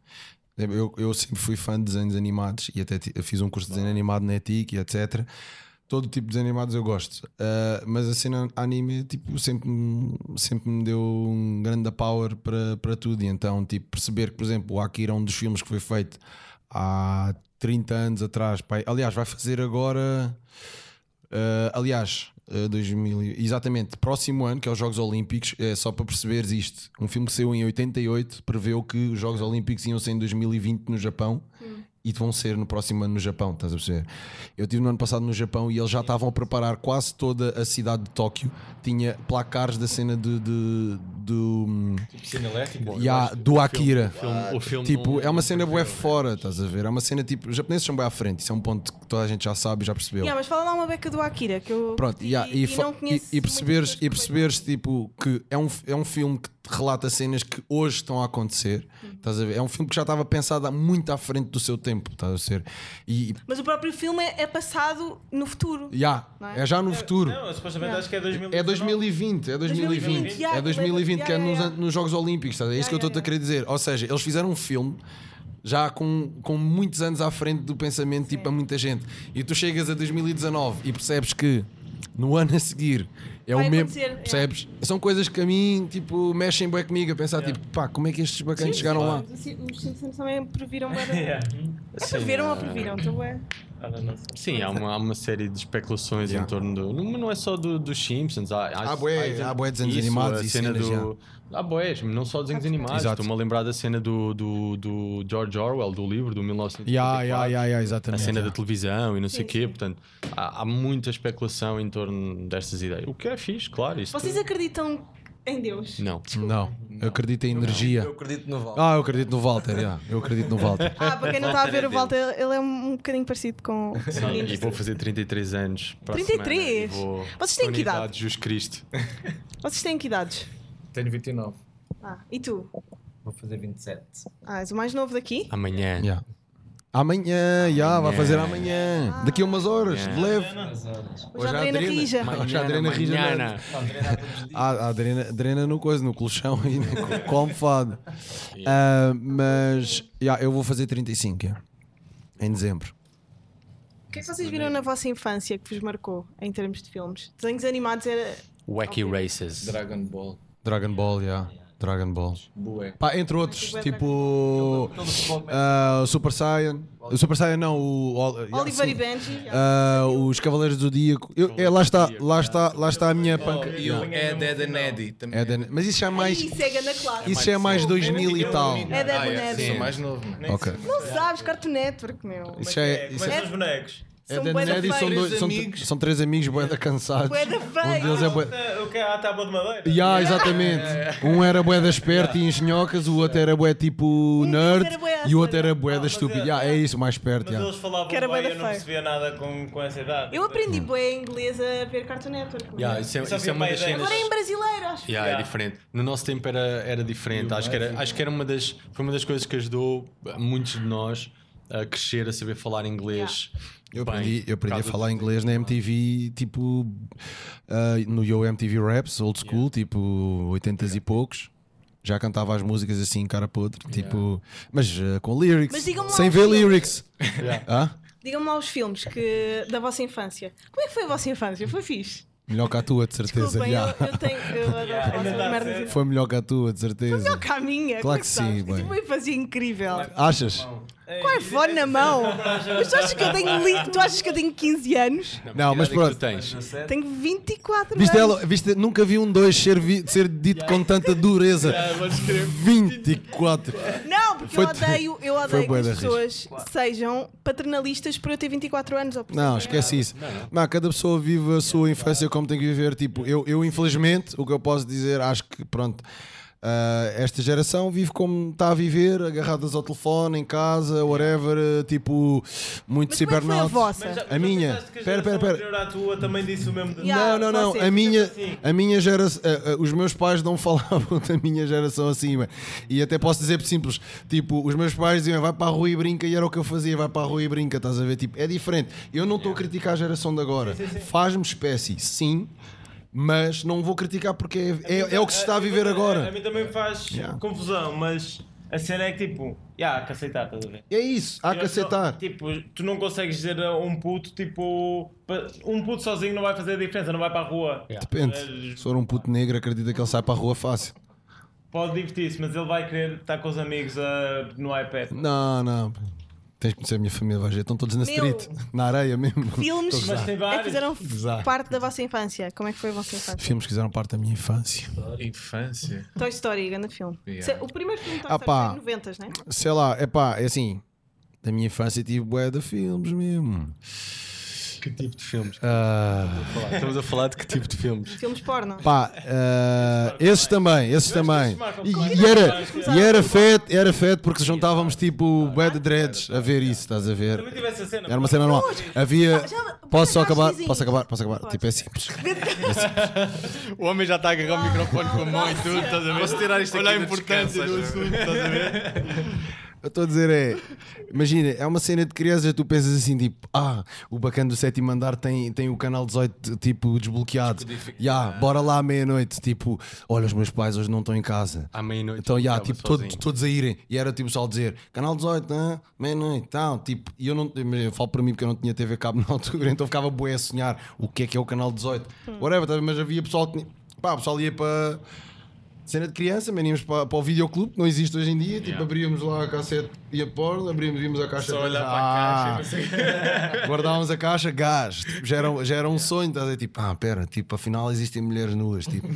eu, eu sempre fui fã de desenhos animados e até ti- eu fiz um curso de desenho animado na ETIC e etc. Todo tipo de desenhos animados eu gosto. Ah, mas a cena anime tipo, sempre, me- sempre me deu um grande power para, para tudo. E então, tipo, perceber que, por exemplo, o Akira é um dos filmes que foi feito há 30 anos atrás. pai. Aliás, vai fazer agora. Uh, aliás, uh, 2000, e- exatamente, próximo ano, que é os Jogos Olímpicos, é só para perceberes isto. Um filme que saiu em 88 preveu que os Jogos Olímpicos iam ser em 2020 no Japão e vão ser no próximo ano no Japão, estás a perceber? Eu estive no ano passado no Japão e eles já estavam a preparar quase toda a cidade de Tóquio, tinha placares da cena de, de- do, hum, yeah, do Akira. é um filme- o filme tipo, não- é uma cena bué fora, estás a ver? É uma cena tipo, os japoneses são bué à frente, isso é um ponto que toda a gente já sabe e já percebeu. Yeah, mas fala lá uma beca do Akira que eu. Pronto, curti yeah, e, fa- não e- conheço e muitas pessoas perceberes, e que foi. perceberes tipo, que é um, f- é um filme que te relata cenas que hoje estão a acontecer. Estás a ver? É um filme que já estava pensado há muito à frente do seu tempo. Estás a ser. E, Mas o próprio filme é é passado no futuro. e yeah, Não é? é? já no futuro. Não, eu supostamente acho que é 2000. É 2020, é 2020, 2020, yeah, é 2020 que é yeah, nos, yeah. an- nos Jogos Olímpicos, estás a ver? é isso que eu Yeah, estou a querer dizer. Ou seja, eles fizeram um filme já com, com muitos anos à frente do pensamento, tipo a muita gente. E tu chegas a 2019 e percebes que no ano a seguir é Vai o mesmo. acontecer, yeah. Percebes? São coisas que a mim tipo, mexem bem comigo a pensar, tipo, pá, como é que estes bacanas chegaram lá? Os os Simpsons também previram. bué Yeah. da- um Previram ou previram? Então é. É. Ah, não, não. Sim, há uma, há uma série de especulações Yeah. em torno do. Não, não é só do- dos Simpsons. Há, há, Há bué- há bué desenhos animados a e cena cenas, do. Há boés, não só desenhos animados. Exato. Estou-me a lembrar da cena do, do, do George Orwell, do livro, do 1984. Ya, ya, ya, ya, a exatamente. cena yeah. da televisão e não sei o quê. Portanto, há, há muita especulação em torno destas ideias. O que é fixe, claro. Isto Vocês acreditam em Deus? Não. Não, eu acredito em energia. Eu acredito no Val. Ah, eu acredito no Walter, yeah, eu acredito no Walter. Ah, para quem não está a ver o Walter Walter, ele é um bocadinho parecido com. Sim, e vou fazer 33 anos. Para a 33? semana e vou- Vocês têm que idade? Unidade de Jesus Cristo. Vocês têm que idades? Tenho 29. Ah, e tu? Vou fazer 27. Ah, és o mais novo daqui? Amanhã. Yeah. Amanhã, já, vai fazer amanhã. Daqui a umas horas, de leve. As horas. Hoje a Adriana rija. Hoje a Adriana rija. Amanhã. na- A a Adriana, Adriana no coisa, no colchão e no- com a almofada. Ah, mas já, eu vou fazer 35 yeah. em dezembro. O que é que vocês viram na vossa infância que vos marcou em termos de filmes? Desenhos animados era. Wacky Races. Dragon Ball. Dragon Ball, já. Dragon Ball. Bué. Pá, entre outros, tipo. ah, o Super Saiyan. O Super Saiyan não, o. o- yeah, Oliver sim. e Benji. assim- Ah, os Cavaleiros do Zodíaco. Oh, Eu- é, lá está, lá está, lá está a minha panca. E o É Dead and Eddie também. É, Dan- mas isso é mais. Aí, cega na classe. Isso é mais 2000 e tal. É Dead Ah, and é, Eddie. sou mais novo. mano. Ok. Não sabes, Cartoon Network, meu. Isso já Como é. é, Isso que é, são os bonecos? é São Dan bué da Eddy, são, feios. dois, são, amigos. são três amigos boeda cansados. Bué da Um deles é feios. boeda. Ah, O que é a tábua de madeira? Ya, exatamente. Um era boeda esperto e engenhocas, o outro era boé tipo nerd Um era bué e o a outro era sério. boeda Ah, mas estúpido. é- Ya, é isso, mais perto. Mas ya. eles falavam Que era bué bem, da eu não feio. percebia nada com, com essa idade. Eu aprendi bem inglês a ver Cartoon Network. meu. Yeah, isso é, Isso isso é havia uma uma das ideia. cenas. Agora é em brasileiro, acho. Yeah, Yeah. É diferente. No nosso tempo era, era diferente. Acho que era, acho que era uma das, foi uma das coisas que ajudou a muitos de nós a crescer, a saber falar inglês. Eu bem, aprendi, eu por aprendi a causa falar do- inglês na MTV, tipo ah, no Yo MTV Raps, old school, tipo 80 s e poucos. Já cantava as músicas assim, cara podre, tipo, mas ah, com lyrics, Mas digam-me lá sem um ver filme. lyrics. Hã? Digam-me lá os filmes que, da vossa infância. Como é que foi a vossa infância? Foi fixe. Melhor que a tua, de certeza. Desculpem, yeah. eu, eu tenho. Eu adoro Yeah, falar ainda sobre tá merdas. certo. Foi melhor que a tua, de certeza. Melhor que a minha. Claro como é que sim, sabes? bem. Tive uma infância incrível. Achas? Com o iPhone na mão. Mas tu achas que eu tenho, li- tu achas que eu tenho 15 anos? Não, mas Que idade é pronto. que tu tens? Tenho 24 Viste anos. ela, viste, nunca vi um 2 ser, vi- ser dito com tanta dureza. 24. Não, porque Foi- eu odeio, eu foi odeio que bué as da pessoas sejam paternalistas por eu ter 24 anos. Ou por Não, esquece isso. Não, cada pessoa vive a sua infância como tem que viver. Tipo, eu, eu infelizmente, o que eu posso dizer, acho que, pronto, ah, esta geração vive como está a viver, agarradas ao telefone, em casa, whatever, eh, tipo, Mas muito como é que foi a cibernaut. vossa? Mas já- A mas minha. pensaste que a Pera, pera, geração pera. anterior à tua também disse o mesmo. de- Yeah. Não, não, não. vocês, A minha, assim. a minha geração. a- a- Os meus pais não falavam da minha geração acima. E até posso dizer por simples: tipo, os meus pais diziam vai para a rua e brinca, e era o que eu fazia, vai para a rua e brinca, estás a ver? Tipo, é diferente. Eu não estou a criticar a geração de agora. Faz-me espécie, sim, mas não vou criticar porque é, é, é o que se está a viver A agora. mim também me faz confusão, mas a cena é que tipo, já há que aceitar, estás a ver? É isso, há que Eu só- aceitar. Tipo, tu não consegues dizer a um puto, tipo, pa- um puto sozinho não vai fazer a diferença, não vai para a rua. É. Depende. Se for um puto negro, acredita que ele sai para a rua fácil. Pode divertir-se, mas ele vai querer estar com os amigos ah, no iPad. Não, não. Tens de conhecer a minha família, vai ver. Estão todos na Meu. street, na areia mesmo. Filmes Mas tem é vários. que fizeram Exato. parte da vossa infância. Como é que foi a vossa infância? Filmes que fizeram parte da minha infância. Infância. Toy Story, grande filme. Yeah. Se- O primeiro filme de Toy Ah, Story pá. foi em 90, né? sei lá, é pá, é assim. Da minha infância tive bué de filmes mesmo. Que tipo de filmes? Ah, Estamos a falar de que tipo de filmes? Filmes porno. pá, ah, esses também, esses também. marcam E, mais. e era, e era fete, era fete porque juntávamos tipo bué de dreads a ver isso, estás a Também ver? tive essa cena. Era uma cena normal. Havia. Já- Posso só já acabar? fiz isso. Posso acabar? Posso acabar? Tipo, é simples. O homem já está a agarrar o microfone com a mão Ah, e tudo, estás a ver? Posso tirar isto aqui Olha a importância do assunto, estás a ver? Eu estou a dizer é. Imagina, é uma cena de criança, tu pensas assim, tipo, ah, o bacana do sétimo andar tem, tem o canal 18, tipo, desbloqueado. Já, bora lá à meia-noite. Tipo, olha, os meus pais hoje não estão em casa. À meia-noite. Então, já, ficava tipo, todo- sozinho. todos a irem. E era tipo só dizer canal 18, hã? meia-noite, tal. Tipo, e eu não. Eu falo para mim porque eu não tinha TV cabo na altura, então ficava boé a sonhar o que é que é o canal 18. Whatever, tá, mas havia pessoal que. tinha- Pá, o pessoal ia para. Cena de criança, man, íamos para, para o videoclube, que não existe hoje em dia. Tipo, abríamos lá a cassete e a porta, abríamos, vimos a caixa. Só olhar para a caixa. Guardávamos a caixa, gás. Tipo, já, era, já era um sonho, estás a dizer, tipo, ah, pera, tipo, afinal existem mulheres nuas. Tipo,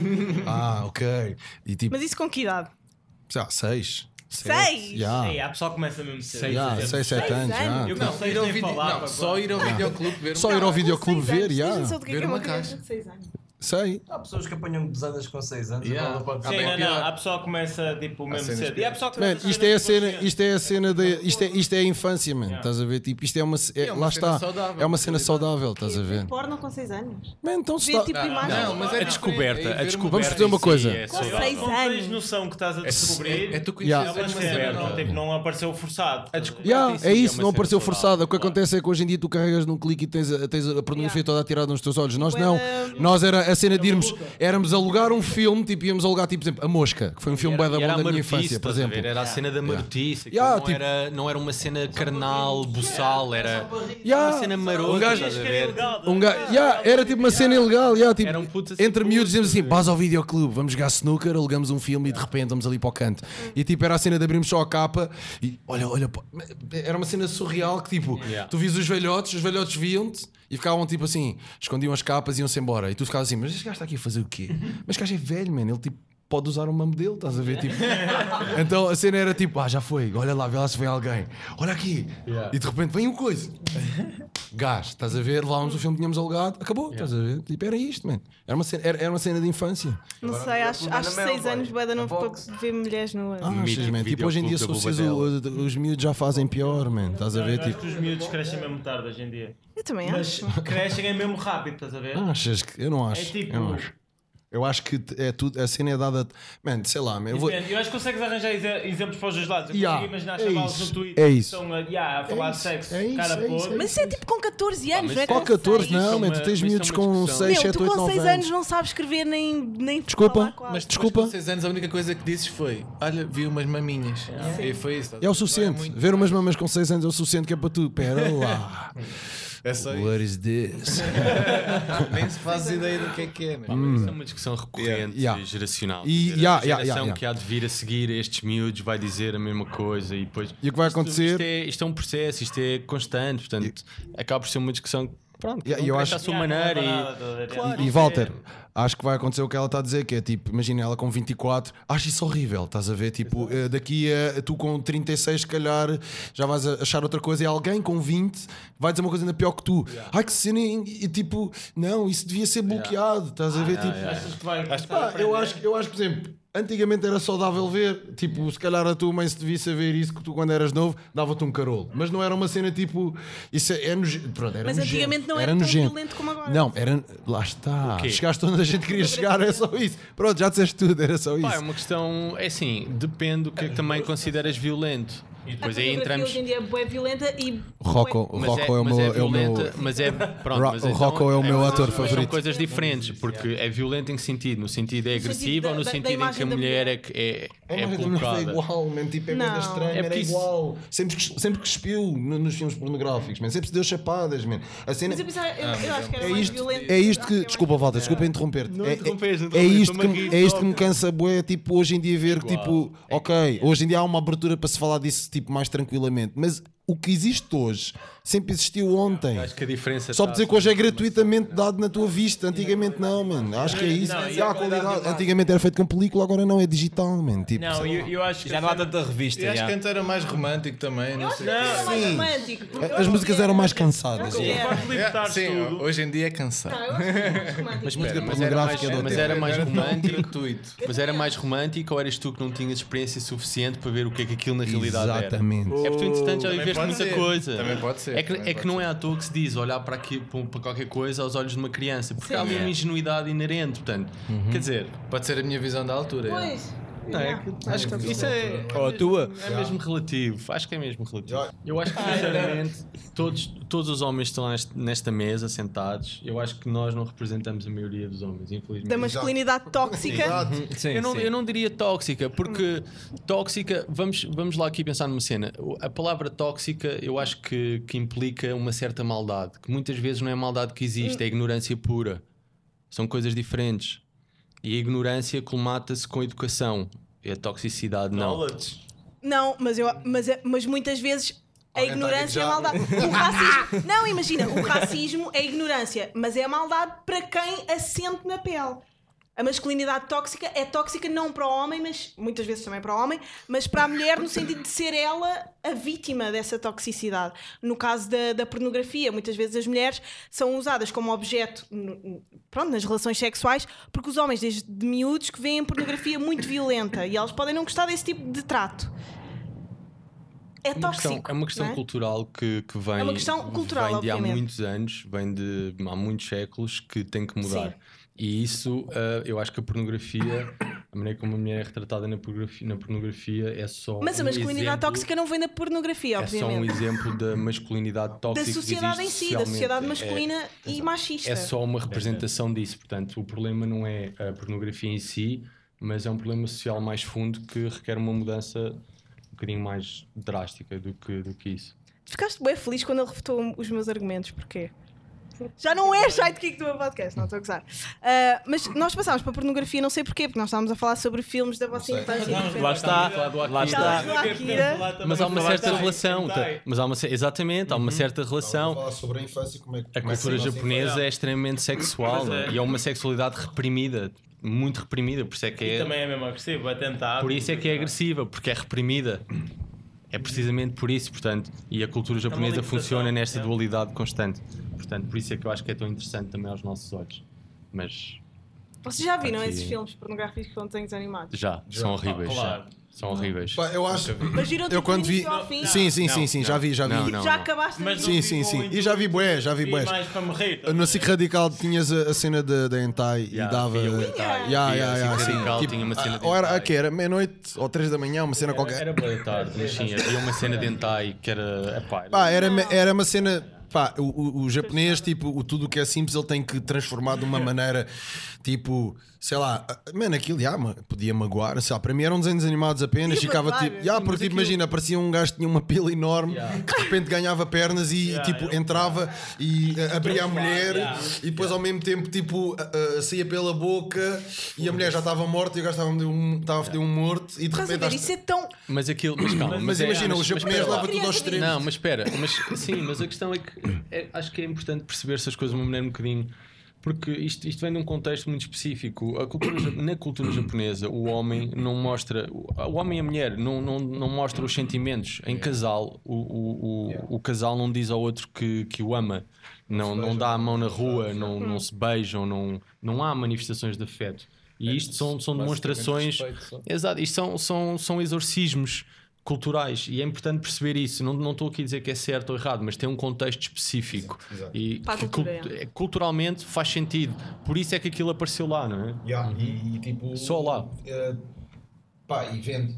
ah, ok. E tipo, Mas isso com que idade? sei lá, seis. Seis? Já, Ei, a pessoa começa mesmo cedo. já, Seis seis, sete Seis anos. já. anos? Eu não sei nem falar. não, pá, só ir ao videoclube ver um Só ir ao videoclube Seis anos. ver, já. Diz-me só do que é Ver que é uma uma criança caixa. de 6 anos. Sei. Há pessoas que apanham pesadas com 6 anos. Yeah. agora pode- Ah, Sim, bem, não, pior. não, a pessoa começa tipo mesmo cenas cedo. E a pessoa começa Man, a isto fazer é a depois cena, cedo. isto é a cena da, isto é, isto é a infância, man. Estás a ver? Tipo, isto é uma, é- É uma lá cena está, saudável. é uma cena saudável, estás a ver? Porno com 6 anos. Man, então se Ver É. está- tipo imagens. Não, mas é A descoberta, a descoberta. Vamos fazer uma em si coisa. é Com saudável. 6 Não tens anos. noção que estás a descobrir. É, é tu É conheces uma uma cena cena, não, nova. tipo, não apareceu forçado. A descobrir. Yeah, Sim, é sim, é isso, uma não cena apareceu saudável, forçado. O que acontece é que hoje em dia tu carregas num clique e tens a, tens a pornografia Yeah. toda atirada nos teus olhos. Nós Bué não. da- Nós era a a cena de irmos, éramos alugar um filme, tipo, íamos alugar, tipo, por exemplo, A Mosca, que foi um filme Era- bué da e era bom da a minha martice, infância, por estás a exemplo. ver? Era a cena da martice, que Yeah, não, tipo- era, não era uma cena carnal, buçal, era Yeah. uma cena Um marota, gajo- é estás a ver? Um ga- yeah, era tipo uma cena ilegal. Yeah, tipo, Era um puto assim entre puto, miúdos dizemos assim: estás a ver? vais ao videoclube, vamos jogar snooker, alugamos um filme e de repente vamos ali para o canto. E tipo, era a cena de abrirmos só a capa e olha, olha, pá, era uma cena surreal que tipo, Yeah. tu vias os velhotes, os velhotes viam-te e ficavam tipo assim, escondiam as capas e iam-se embora. E tu ficavas assim: mas este gajo está aqui a fazer o quê? Mas este gajo é velho, man, ele tipo. Pode usar uma modelo, estás a ver? Tipo, então a cena era tipo: ah, já foi, olha lá, vê lá se vem alguém, olha aqui. Yeah. E de repente vem um coisa, Gás, estás a ver? Levávamos o filme que tínhamos alugado, acabou, estás a ver? Tipo, era isto, man. Era uma cena, era, era uma cena de infância. Não sei, acho acho que 6 anos bué da novo para ver mulheres nuas. Ah, mítico achas, man? Tipo, hoje em dia, se videoclube da vocês, os, os miúdos já fazem pior, man. Estás a ver? Acho Tipo, que os miúdos crescem mesmo tarde hoje em dia. Eu também Mas acho. crescem é mesmo rápido, estás a ver? achas que. Eu não acho. É tipo- Eu não acho. Eu acho que é tudo, a cena é dada. Man, sei lá, man. Eu vou, Depende. Eu acho que consegues arranjar exe- exemplos para os dois lados. Eu Yeah, consigo imaginar é chavalos isso, no Twitter é que isso. estão a, yeah, a falar de isso, sexo, é isso, cara é isso, podre. é Mas isso. Mas isso é tipo com 14 Ah, anos, mas não é? com 14, seis. não, Isso é man. uma- Tu tens isso é miúdos uma com discussão. 6, Meu, 7, tu 8, com 9 6 anos. anos não sabes escrever nem, nem Desculpa, falar quase. Mas Desculpa. desculpa. Com 6 anos a única coisa que disses foi: Olha, vi umas maminhas. E foi isso. É o suficiente. Ver umas mamas com 6 anos é o suficiente que é para tu. Pera lá. É só isso. What is this? Nem se faz ideia do que é que é. Mas... Hum. Isso é uma discussão recorrente Yeah, yeah. e geracional. E- Quer dizer, yeah, a yeah, geração yeah, que há de vir a seguir a estes miúdos vai dizer a mesma coisa e depois. E o que vai Isto- acontecer- Isto é, isto é um processo, isto é constante, portanto, acaba por ser uma discussão que, pronto, Yeah, cada um eu cresce acho- à sua Yeah, não maneira. leva e- nada, estás a ver? Claro, E isto Walter, é- acho que vai acontecer o que ela está a dizer, que é tipo, imagina ela com 24, acho isso horrível, estás a ver? Tipo, eh, daqui a tu com 36, se calhar já vais a- achar outra coisa, e alguém com 20 vai dizer uma coisa ainda pior que tu. Ai que cena, e tipo, não, isso devia ser bloqueado, estás a ver? tipo, Achas que vai começar a pá, eu, aprender? acho, eu acho, por exemplo. Antigamente era saudável ver, tipo, se calhar a tua mãe se devia saber isso que tu quando eras novo dava-te um carolo, mas não era uma cena tipo, isso é, é noje- pronto, era Mas nojento, antigamente não era, tão nojento. violento como agora. Não, era. Lá está. Chegaste onde a gente queria chegar, é só isso. Pronto, já disseste tudo, era só isso. Pá, é uma questão. É assim, depende do que é que também consideras violento. E depois a aí fotografia entramos. hoje em dia é bué violenta e... Rocco, Mas Rocco é, o mas meu. É o meu violenta, mas é- pronto, Ro- mas o então- Rocco é o meu mas ator São favorito. coisas diferentes, porque é violento em que sentido? No sentido é sentido agressiva ou da- no da- da sentido em que imagem a da mulher mulher. é, que é, É, é mas colocada? foi igual, man, tipo, é Não. meio estranho, É era porque isso- igual. Sempre, que- sempre que cuspiu no- nos filmes pornográficos, man. sempre se deu chapadas, man. A cena, Mas eu pensava, Ah, eu, eu acho que era é, mais isto, violento. é isto que. Desculpa, Walter, desculpa interromper-te. É, é, interrompes, não é interrompes, isto que, estou-me a me- rir é isto só. que me cansa, bué, tipo, hoje em dia ver, tipo, ok, hoje em dia há uma abertura para se falar disso, tipo, mais tranquilamente, mas o que existe hoje sempre existiu ontem. Acho que a diferença Só está- por dizer que hoje é gratuitamente dado na tua vista. Antigamente não, mano. Acho que é isso. E há qualidade. Antigamente era feito com película, agora não, é digital, mano. Tipo, Não, eu, eu acho que. Já não há tanta revista. E acho já. que é antes era mais romântico também. Não sei. Era mais é romântico. porque eu as acho músicas que era- eram mais cansadas. Não, O eu facto de libertares É, Sim, tudo. hoje em dia é cansado. acho que era mais romântico. Mas música mas era mais- pornográfica é do mas tempo. era mais romântico. gratuito. Mas era mais romântico ou eras tu que não tinhas experiência suficiente para ver o que é que aquilo na realidade Exatamente. era? É porque tu, entretanto, já Também viveste pode muita ser. coisa. Também pode ser, É que, também é que pode não é à toa que se diz olhar para, aqui, para para qualquer coisa aos olhos de uma criança, porque há ali É. uma ingenuidade inerente. Portanto, Uhum. quer dizer, Pode ser a minha visão da altura. é. Pois. Não, é que- acho que isso é. Ou a tua? É mesmo relativo, acho que é mesmo relativo. Eu acho que, sinceramente, todos, todos os homens que estão neste- nesta mesa sentados, eu acho que nós não representamos a maioria dos homens, infelizmente. Da masculinidade tóxica. Uhum, Sim, eu, não, sim. eu não diria tóxica, porque tóxica, vamos, vamos lá aqui pensar numa cena. O- A palavra tóxica eu acho que, que implica uma certa maldade, que muitas vezes não é maldade que existe, é ignorância pura. São coisas diferentes. E a ignorância colmata-se com a educação. E a toxicidade não. Knowledge. Não, mas, eu, mas, é- mas muitas vezes a Alguém ignorância é tá a maldade. O racismo. Não, imagina, o racismo é ignorância, mas é maldade para quem a sente na pele. A masculinidade tóxica é tóxica não para o homem, mas muitas vezes também para o homem, mas para a mulher no sentido de ser ela a vítima dessa toxicidade. No caso da, da pornografia, muitas vezes as mulheres são usadas como objeto no- no- pronto, nas relações sexuais, porque os homens, desde de miúdos, que veem pornografia muito violenta e elas podem não gostar desse tipo de trato. É É uma tóxico. questão- é uma questão não é? cultural que, que vem, É uma questão cultural, vem de há obviamente. muitos anos, vem de há muitos séculos que tem que mudar. eh, Sim. E isso, ah, eu acho que a pornografia a maneira como a mulher é retratada na pornografia, na pornografia é só. Mas a um masculinidade exemplo- tóxica não vem da pornografia, É só um obviamente. exemplo da masculinidade da tóxica. que sociedade em existe si, da sociedade socialmente. É- masculina e machista. É só uma representação disso. Portanto, o problema não é a pornografia em si, mas é um problema social mais fundo que requer uma mudança um bocadinho mais drástica do que, do que isso. Ficaste bem feliz quando ele refutou um, os meus argumentos, porquê? Já não é sidekick do meu podcast, não estou a gozar. Ah, mas nós passámos para a pornografia, não sei porquê, porque nós estávamos a falar sobre filmes da vossa infância. Lá está, lá Estávamos está. no Akira. Mas há uma certa relação. Hentai. tá- Mas há uma, ce- exatamente, há uma certa relação. Falar sobre a infância, como é que A cultura japonesa é extremamente sexual Pois é. e é uma sexualidade reprimida, muito reprimida, por isso é que E é, também é mesmo agressivo, é tentar. por isso é, que é agressiva, porque é reprimida. É precisamente por isso, portanto, e a cultura japonesa libertação, funciona nesta é. dualidade constante. Portanto, por isso é que eu acho que é tão interessante também aos nossos olhos. Mas Vocês já viram Aqui. esses filmes pornográficos com desenhos animados? já, são horríveis. claro. já. São horríveis. Pá, eu acho. Mas viram Eu tipo, quando do vi. início ao fim? Tipo, Sim, sim, sim, Não, sim, não. já vi, já vi. Não, já não, não. acabaste Mas de- não Sim, sim, ficou sim. muito- E já vi bué, já vi E bué. mais para me rir. No Cic Radical tinhas a, a cena da da Hentai Yeah, e dava. tinha o Hentai. Yeah, Tinha yeah, o yeah, Cic sim. Tipo, ah, Radical, tinha uma cena de ou era, Hentai. a que era meia-noite ou três da manhã, uma cena qualquer. Era boa da tarde, mas sim, havia uma cena de hentai que era. Epá, Pá, era, era uma cena. Pá, o, o, o japonês, tipo, o tudo o que é simples, ele tem que transformar de uma maneira tipo, sei lá, ah, mano, aquilo já, ma- podia magoar. Sei lá, para mim eram desenhos animados apenas, Ia ficava magoar, tipo, já, sim, mas porque tipo, aquilo- imagina, parecia um gajo que tinha uma pila enorme, que de repente ganhava pernas e Yeah, tipo, yeah. entrava e ah, abria a mulher e depois ao mesmo tempo, tipo, ah, ah, saía pela boca e a mulher já estava morta e o gajo estava a foder um, estava a foder um morto e de Estás a repente. ver? acho- Isso é tão. Mas aquilo. Mas calma, Mas é- imagina, o japonês espera lá. leva tudo aos extremos. Não, mas espera, mas sim, mas a questão é que é- acho que é importante perceber essas coisas de uma maneira um bocadinho. Porque isto, isto vem de um contexto muito específico. A cultura ja- na cultura japonesa, o homem não mostra. O o homem e a mulher não, não, não mostram os sentimentos. Em casal, o, o, o, É. o casal não diz ao outro que, que o ama. Não, não dá a mão na rua, não, não se beijam, não, não há manifestações de afeto. E isto são, são demonstrações. Exato, isto são, são, são exorcismos culturais e é importante perceber isso. Não não estou aqui a dizer que é certo ou errado, mas tem um contexto específico e Para a que cultura, cult- é, culturalmente faz sentido. Por isso é que aquilo apareceu lá, não é? Yeah, e, e, tipo, Só lá. eh, pá, e vende.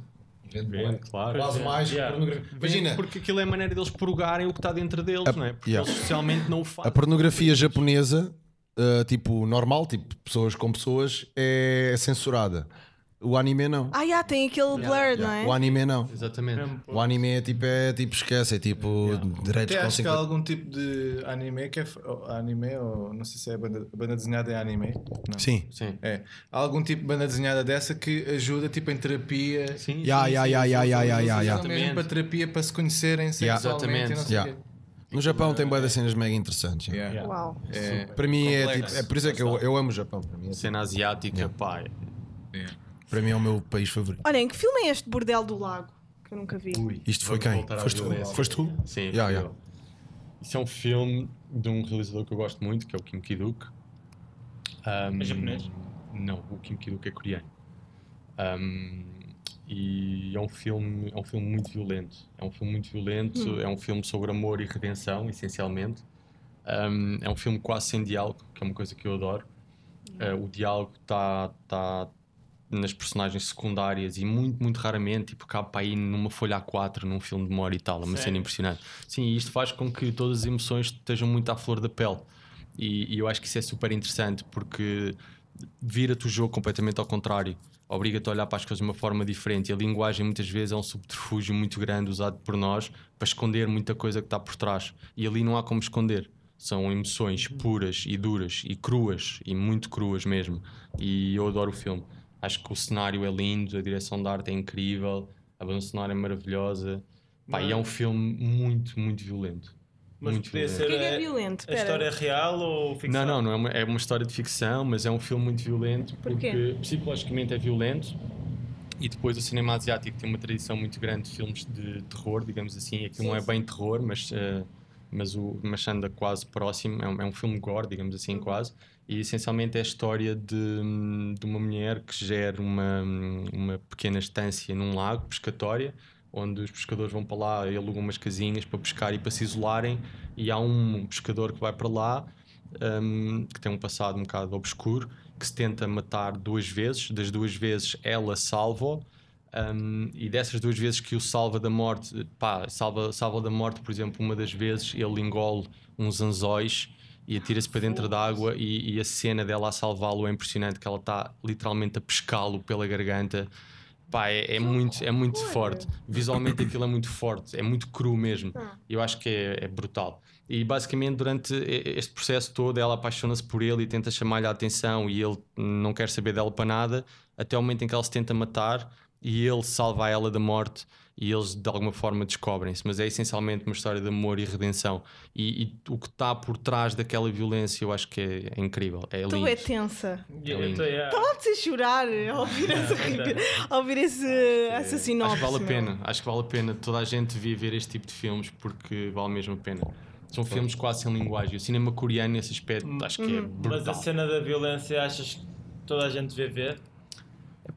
E Vende, bué. claro. É, É, Quase mais que Yeah. pornografia. Imagina, Porque aquilo é a maneira deles purgarem o que está dentro deles, não é? Porque yeah. eles socialmente não o fazem. a pornografia japonesa, eh, tipo, normal, tipo, pessoas com pessoas, é censurada. O anime não. Ah, já, tem aquele blur, não é? O anime não. Exatamente. O anime é tipo, é, tipo esquece, é tipo direitos Até com acho que há 50. algum tipo de anime que é. f- ou Anime, ou não sei se é a banda, a banda desenhada é anime. Não. Sim. Sim. É. Há algum tipo de banda desenhada dessa que ajuda tipo em terapia. Sim. Ya, sim, ya, sim, ya, sim, ya, ya, sim, sim, ya, sim, ya, ya. São mesmo para terapia, para se conhecerem Yeah. sexualmente e não sei Exatamente. o quê. No Japão tem boas cenas mega interessantes. yeah. Yeah. Uau. É, Para mim é Complexo. tipo, é por isso é que eu, eu amo o Japão. Para mim, é, Cena asiática, pá. é. para mim é o meu país favorito. Olhem, que filme é este Bordel do Lago? Que eu nunca vi. Isto foi Vamos quem? voltar à Foste tu? violência. Foste tu? Sim. Yeah, yeah. Isso é um filme de um realizador que eu gosto muito, que é o Kim Ki-duk. Um, É japonês? Não, o Kim Ki-duk é coreano. Um, e é um filme, é um filme muito violento. É um filme muito violento, é um filme sobre amor e redenção, essencialmente. Um, é um filme quase sem diálogo, que é uma coisa que eu adoro. Uh, o diálogo está tá nas personagens secundárias e muito, muito raramente, tipo, cabe para aí numa folha A4, num filme de uma hora e tal. É uma cena Sério? impressionante. Sim, e isto faz com que todas as emoções estejam muito à flor da pele. E, e eu acho que isso é super interessante porque vira-te o jogo completamente ao contrário. Obriga-te a olhar para as coisas de uma forma diferente. E a linguagem muitas vezes é um subterfúgio muito grande usado por nós para esconder muita coisa que está por trás. E ali não há como esconder. São emoções puras e duras e cruas e muito cruas mesmo. E eu adoro o filme. Acho que o cenário é lindo, a direção de arte é incrível, a banda sonora é maravilhosa. Pá, e é um filme muito, muito violento. Mas muito podia violento. O que é que é Era- violento? A história é Espera. real ou ficção? Não, não, não é uma, é uma história de ficção, mas é um filme muito violento Porquê? porque psicologicamente é violento e depois o cinema asiático tem uma tradição muito grande de filmes de terror, digamos assim, aqui não é bem terror, mas, eh, mas o Machanda quase próximo, é um, é um filme gore, digamos assim, quase, e essencialmente é a história de, de uma mulher que gera uma, uma pequena estância num lago pescatória, onde os pescadores vão para lá e alugam umas casinhas para pescar e para se isolarem, e há um pescador que vai para lá hum, que tem um passado um bocado obscuro que se tenta matar duas vezes. Das duas vezes, ela salva. Um, e dessas duas vezes que o salva da morte, pá, salva, salva da morte, por exemplo, uma das vezes ele engole uns anzóis e atira-se para dentro da água e, e a cena dela a salvá-lo é impressionante, que ela está literalmente a pescá-lo pela garganta. Pá, é, é muito, é muito forte. Visualmente aquilo é muito forte, é muito cru mesmo. Eu acho que é, é brutal. E basicamente durante e- este processo todo ela apaixona-se por ele e tenta chamar-lhe a atenção e ele não quer saber dela para nada, até o momento em que ela se tenta matar e ele salva ela da morte e eles de alguma forma descobrem-se, mas é essencialmente uma história de amor e redenção. E, e o que está por trás daquela violência eu acho que é, é incrível. É Tu lindo. é tensa. Eu- eu tô- yeah. Pode-se chorar ao ouvir, essa, ao ouvir esse, essa Acho que sinopse. vale a meu. pena, acho que vale a pena toda a gente vir ver este tipo de filmes porque vale mesmo a pena. São filmes quase sem linguagem. O cinema coreano, nesse aspecto, acho que é brutal. Hum, Mas a cena da violência, achas que toda a gente vê ver?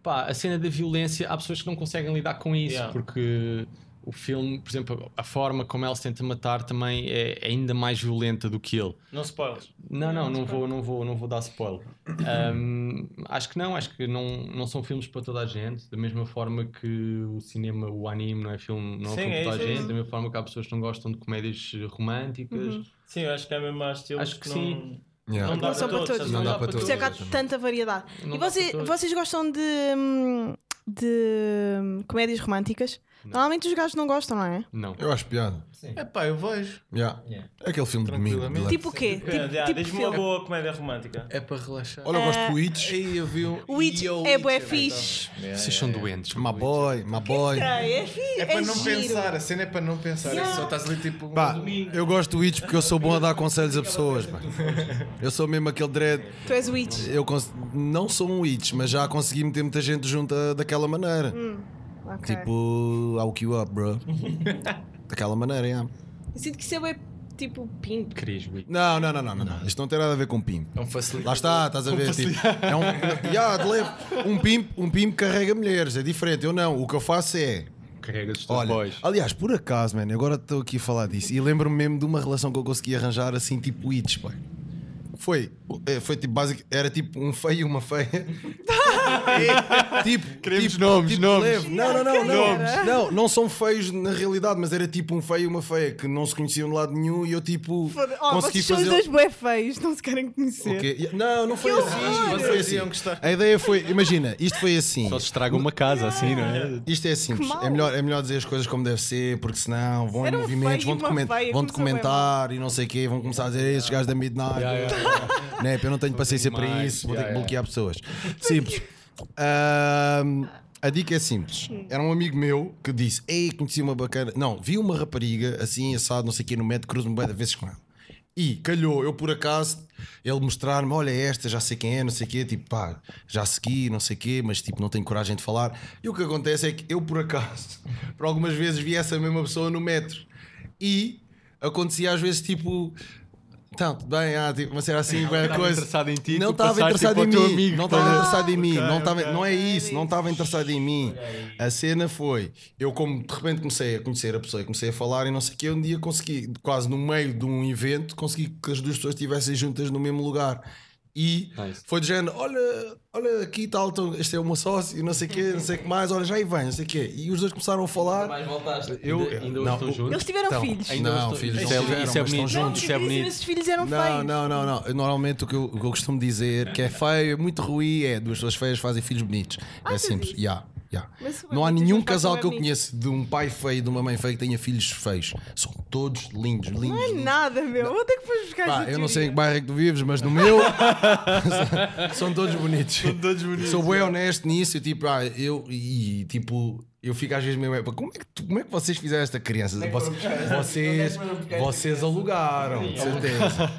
Pá, a cena da violência, há pessoas que não conseguem lidar com isso, Yeah. porque o filme, por exemplo, a forma como ela se tenta matar também é ainda mais violenta do que ele. Não spoilers. Não, não, não vou, não vou, não vou dar spoiler. Ahm, acho que não, acho que não, não são filmes para toda a gente, da mesma forma que o cinema, o anime não é filme, não é Sim, filme para é toda a isso, é gente, isso. da mesma forma que há pessoas que não gostam de comédias eh, românticas. Sim, eu acho que é mesmo há estilos Acho que não- sim. Yeah. Não dá Não são para para todos. todos. sabes? Não dá para Por todos. isso é que há tanta variedade. Não e dá vocês, para todos. vocês gostam de, hum, de hum, comédias românticas? Normalmente os gajos não gostam, não é? Não. Eu acho piada. É pá, eu vejo. Yeah. Yeah. É aquele filme de domingo. de lá. Tipo o quê? Tipo, Yeah, tipo Diz-me uma filme. boa comédia romântica. É para relaxar. Olha, eu gosto de Witch. Aí eu vi um. O It E eu- é bué fixe. Vocês são doentes. My boy, my boy. É, é fixe. É para não giro. pensar, a cena é para não pensar. É só estás ali tipo. Pá, eu gosto do Itch porque eu sou bom a dar conselhos a pessoas, pá. Eu sou mesmo aquele dread. Tu és o It. Eu cons- não sou um Itch, mas já consegui meter muita gente junto a- daquela maneira. Ok. Tipo, I'll queue up, bro. daquela maneira, yeah. Eu sinto que isso é bué, tipo pimp. Cris, Rui. Não, não, não, não, não, não. Isto não tem nada a ver com pimp. É um facilitador. Lá está, estás a ver? Tipo, é um, yeah, de leve. um, pimp, um pimp carrega mulheres, é diferente. Eu não, o que eu faço é. Carregas os teus Olha, boys. aliás, por acaso, man, agora estou aqui a falar disso e lembro-me mesmo de uma relação que eu consegui arranjar assim, tipo itch, pá. Foi, eh, foi tipo, básico, era tipo um feio e uma feia. tipo, Queremos tipo, nomes, tipo nomes. leve. Não, não, não, não. Não, não são feios na realidade, mas era tipo um feio e uma feia que não se conheciam de lado nenhum e eu tipo Foda- Oh, consegui vocês são os fazer. dois bué feios, não se querem conhecer. Ok, yeah, Não, não foi assim. não foi Vocês assim. iam Tipo, gostar. A ideia foi, imagina, isto foi assim. Só se estraga uma casa assim, não é? Isto é simples, mal. é melhor, é melhor dizer as coisas como deve ser, porque senão vão Era em um feio movimentos, vão, e uma document- feia, começou vão bem documentar e não sei o quê, vão começar a dizer estes gajos da Midnight, né? eu não tenho paciência para mais, isso, vou ter yeah, que bloquear yeah. pessoas. Simples. Ahm, a dica é simples. Era um amigo meu que disse: Ei, conheci uma bacana. Não, vi uma rapariga assim, assado, não sei o quê, no metro, cruzo-me bem de vezes com ela. E calhou, eu por acaso, ele mostrar-me: olha, esta, já sei quem é, não sei o quê, tipo, pá, já segui, não sei o quê, mas tipo, não tenho coragem de falar. E o que acontece é que eu, por acaso, por algumas vezes vi essa mesma pessoa no metro. E acontecia às vezes tipo. Então, tudo bem, ah, tipo, mas era assim, bem, a estava coisa. interessado em ti, não tu estava passaste, interessado tipo, em ao teu mim. amigo não para- estava interessado em mim. não, estava, não é isso, não estava interessado em mim. A cena foi, eu como de repente comecei a conhecer a pessoa e comecei a falar e não sei o que, um dia consegui, quase no meio de um evento, consegui que as duas pessoas estivessem juntas no mesmo lugar. E Nice. foi de género, olha, olha aqui tal, então, este é o meu sócio, não sei o quê, não sei o que mais, olha, já aí vem, não sei o quê. E os dois começaram a falar. voltaste. Eu, ainda, ainda hoje não, estão o- juntos. Eles tiveram filhos. Ainda não, hoje estou- filhos, Isso não é- tiveram, isso é mas estão bonito. Não, Então, juntos. Isso é dizem bonito. esses filhos eram Não, feios. não, não, não. Eu, Normalmente o que eu, o que eu costumo dizer que é feio, é muito ruim, é duas pessoas feias fazem filhos bonitos. é Ah, tu simples. dizes? Yeah, yeah. Mas é se for Não há bonitos, nenhum mas fazem casal bem que eu bonito. conheço de um pai feio e de uma mãe feia que tenha filhos feios. São todos lindos, lindos. Não é lindos. nada, meu. Vou ter que pôr buscar Pá, essa eu não sei em teoria. que bairro é que tu vives, mas no meu são todos bonitos. Sou bem honesto nisso, e tipo, ah, eu e tipo, eu fico às vezes meio, "Pá, como é que, tu- como é que vocês fizeram esta criança? é Vocês, vocês, vocês alugaram, de certeza.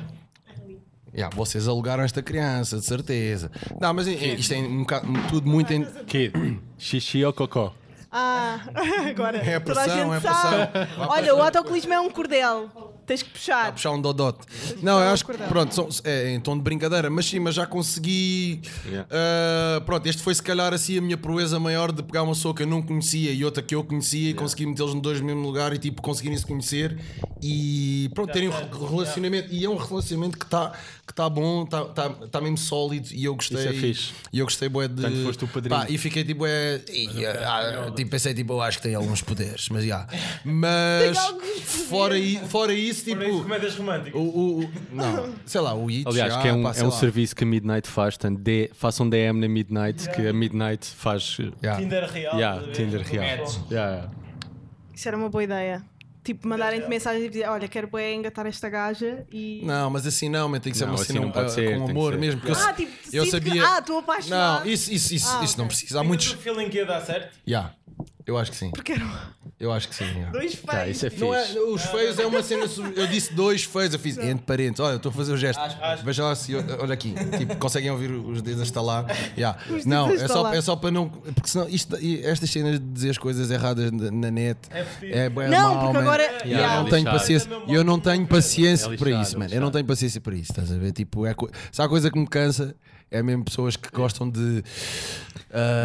Yeah, vocês alugaram esta criança, de certeza. Não, mas eh, isto é um bocado, tudo muito em, Kid, xixi é ou cocó? Ah, agora. É a toda a pressão, gente é a sabe. Olha, o autocolismo é um cordel. Tens que puxar. a puxar um dodote. Não, eu acho que, pronto, são- é em tom de brincadeira, mas sim, mas já consegui. Yeah. ah, pronto, este foi se calhar assim a minha proeza maior de pegar uma pessoa que eu não conhecia e outra que eu conhecia e conseguir metê-los nos dois no mesmo lugar e tipo conseguirem se conhecer e pronto, terem um re- relacionamento. E é um relacionamento que está que tá bom, está tá, tá mesmo sólido e eu gostei. Isso é fixe. E eu gostei, bué, de. Portanto, foste o padrinho. Pá, e fiquei tipo, é. e, ah, ah, tipo, pensei, tipo, eu acho que tem alguns poderes, mas já. Mas. Fora, i- fora isso, tipo. Para isso, comédias românticas. O, o- o- não, sei lá, o It. Aliás, já, que é um, pá, é sei um lá. serviço que a Midnight faz, portanto, dê- façam DM na Midnight, que a Midnight faz. eh, Já. Tinder real. estás yeah, a ver? Tinder Com real. match. Yeah, yeah. Isso era uma boa ideia. Tipo, mandarem-te mensagens e dizer: Olha, quero bem engatar esta gaja e. Não, mas assim não, mas tem que ser Não, uma assim cena não pode ah, ser, com tem que amor ser. mesmo. Porque Ah, eu, tipo, eu sinto sabia. Que... Ah, estou apaixonado. Não, isso, isso, isso, Ah, isso não ok. precisa. Há Muitos muitos. feeling que ia dar certo. Já, eu acho que sim. Porque eram Eu acho que sim. já. dois fãs. Yeah, isso é Não é, fixe. os feios é uma cena. sub- Eu disse dois feios, eu fiz entre parênteses. Olha, eu estou a fazer o gesto. Veja lá se. Olha aqui. Tipo, conseguem ouvir os dedos a estalar. Yeah. Não, dedos a é só, estalar. é só para não. Porque senão isto, e estas cenas de dizer as coisas erradas na na net fedido. é bem Não, mal, porque man. agora. Yeah, Eu é não lixado. tenho paciência, Também mal. eu não tenho paciência É para lixado, isso, é mano. Eu não lixado. tenho paciência para isso, estás a ver? Tipo, é co- se há coisa que me cansa, é mesmo pessoas que gostam de, ah,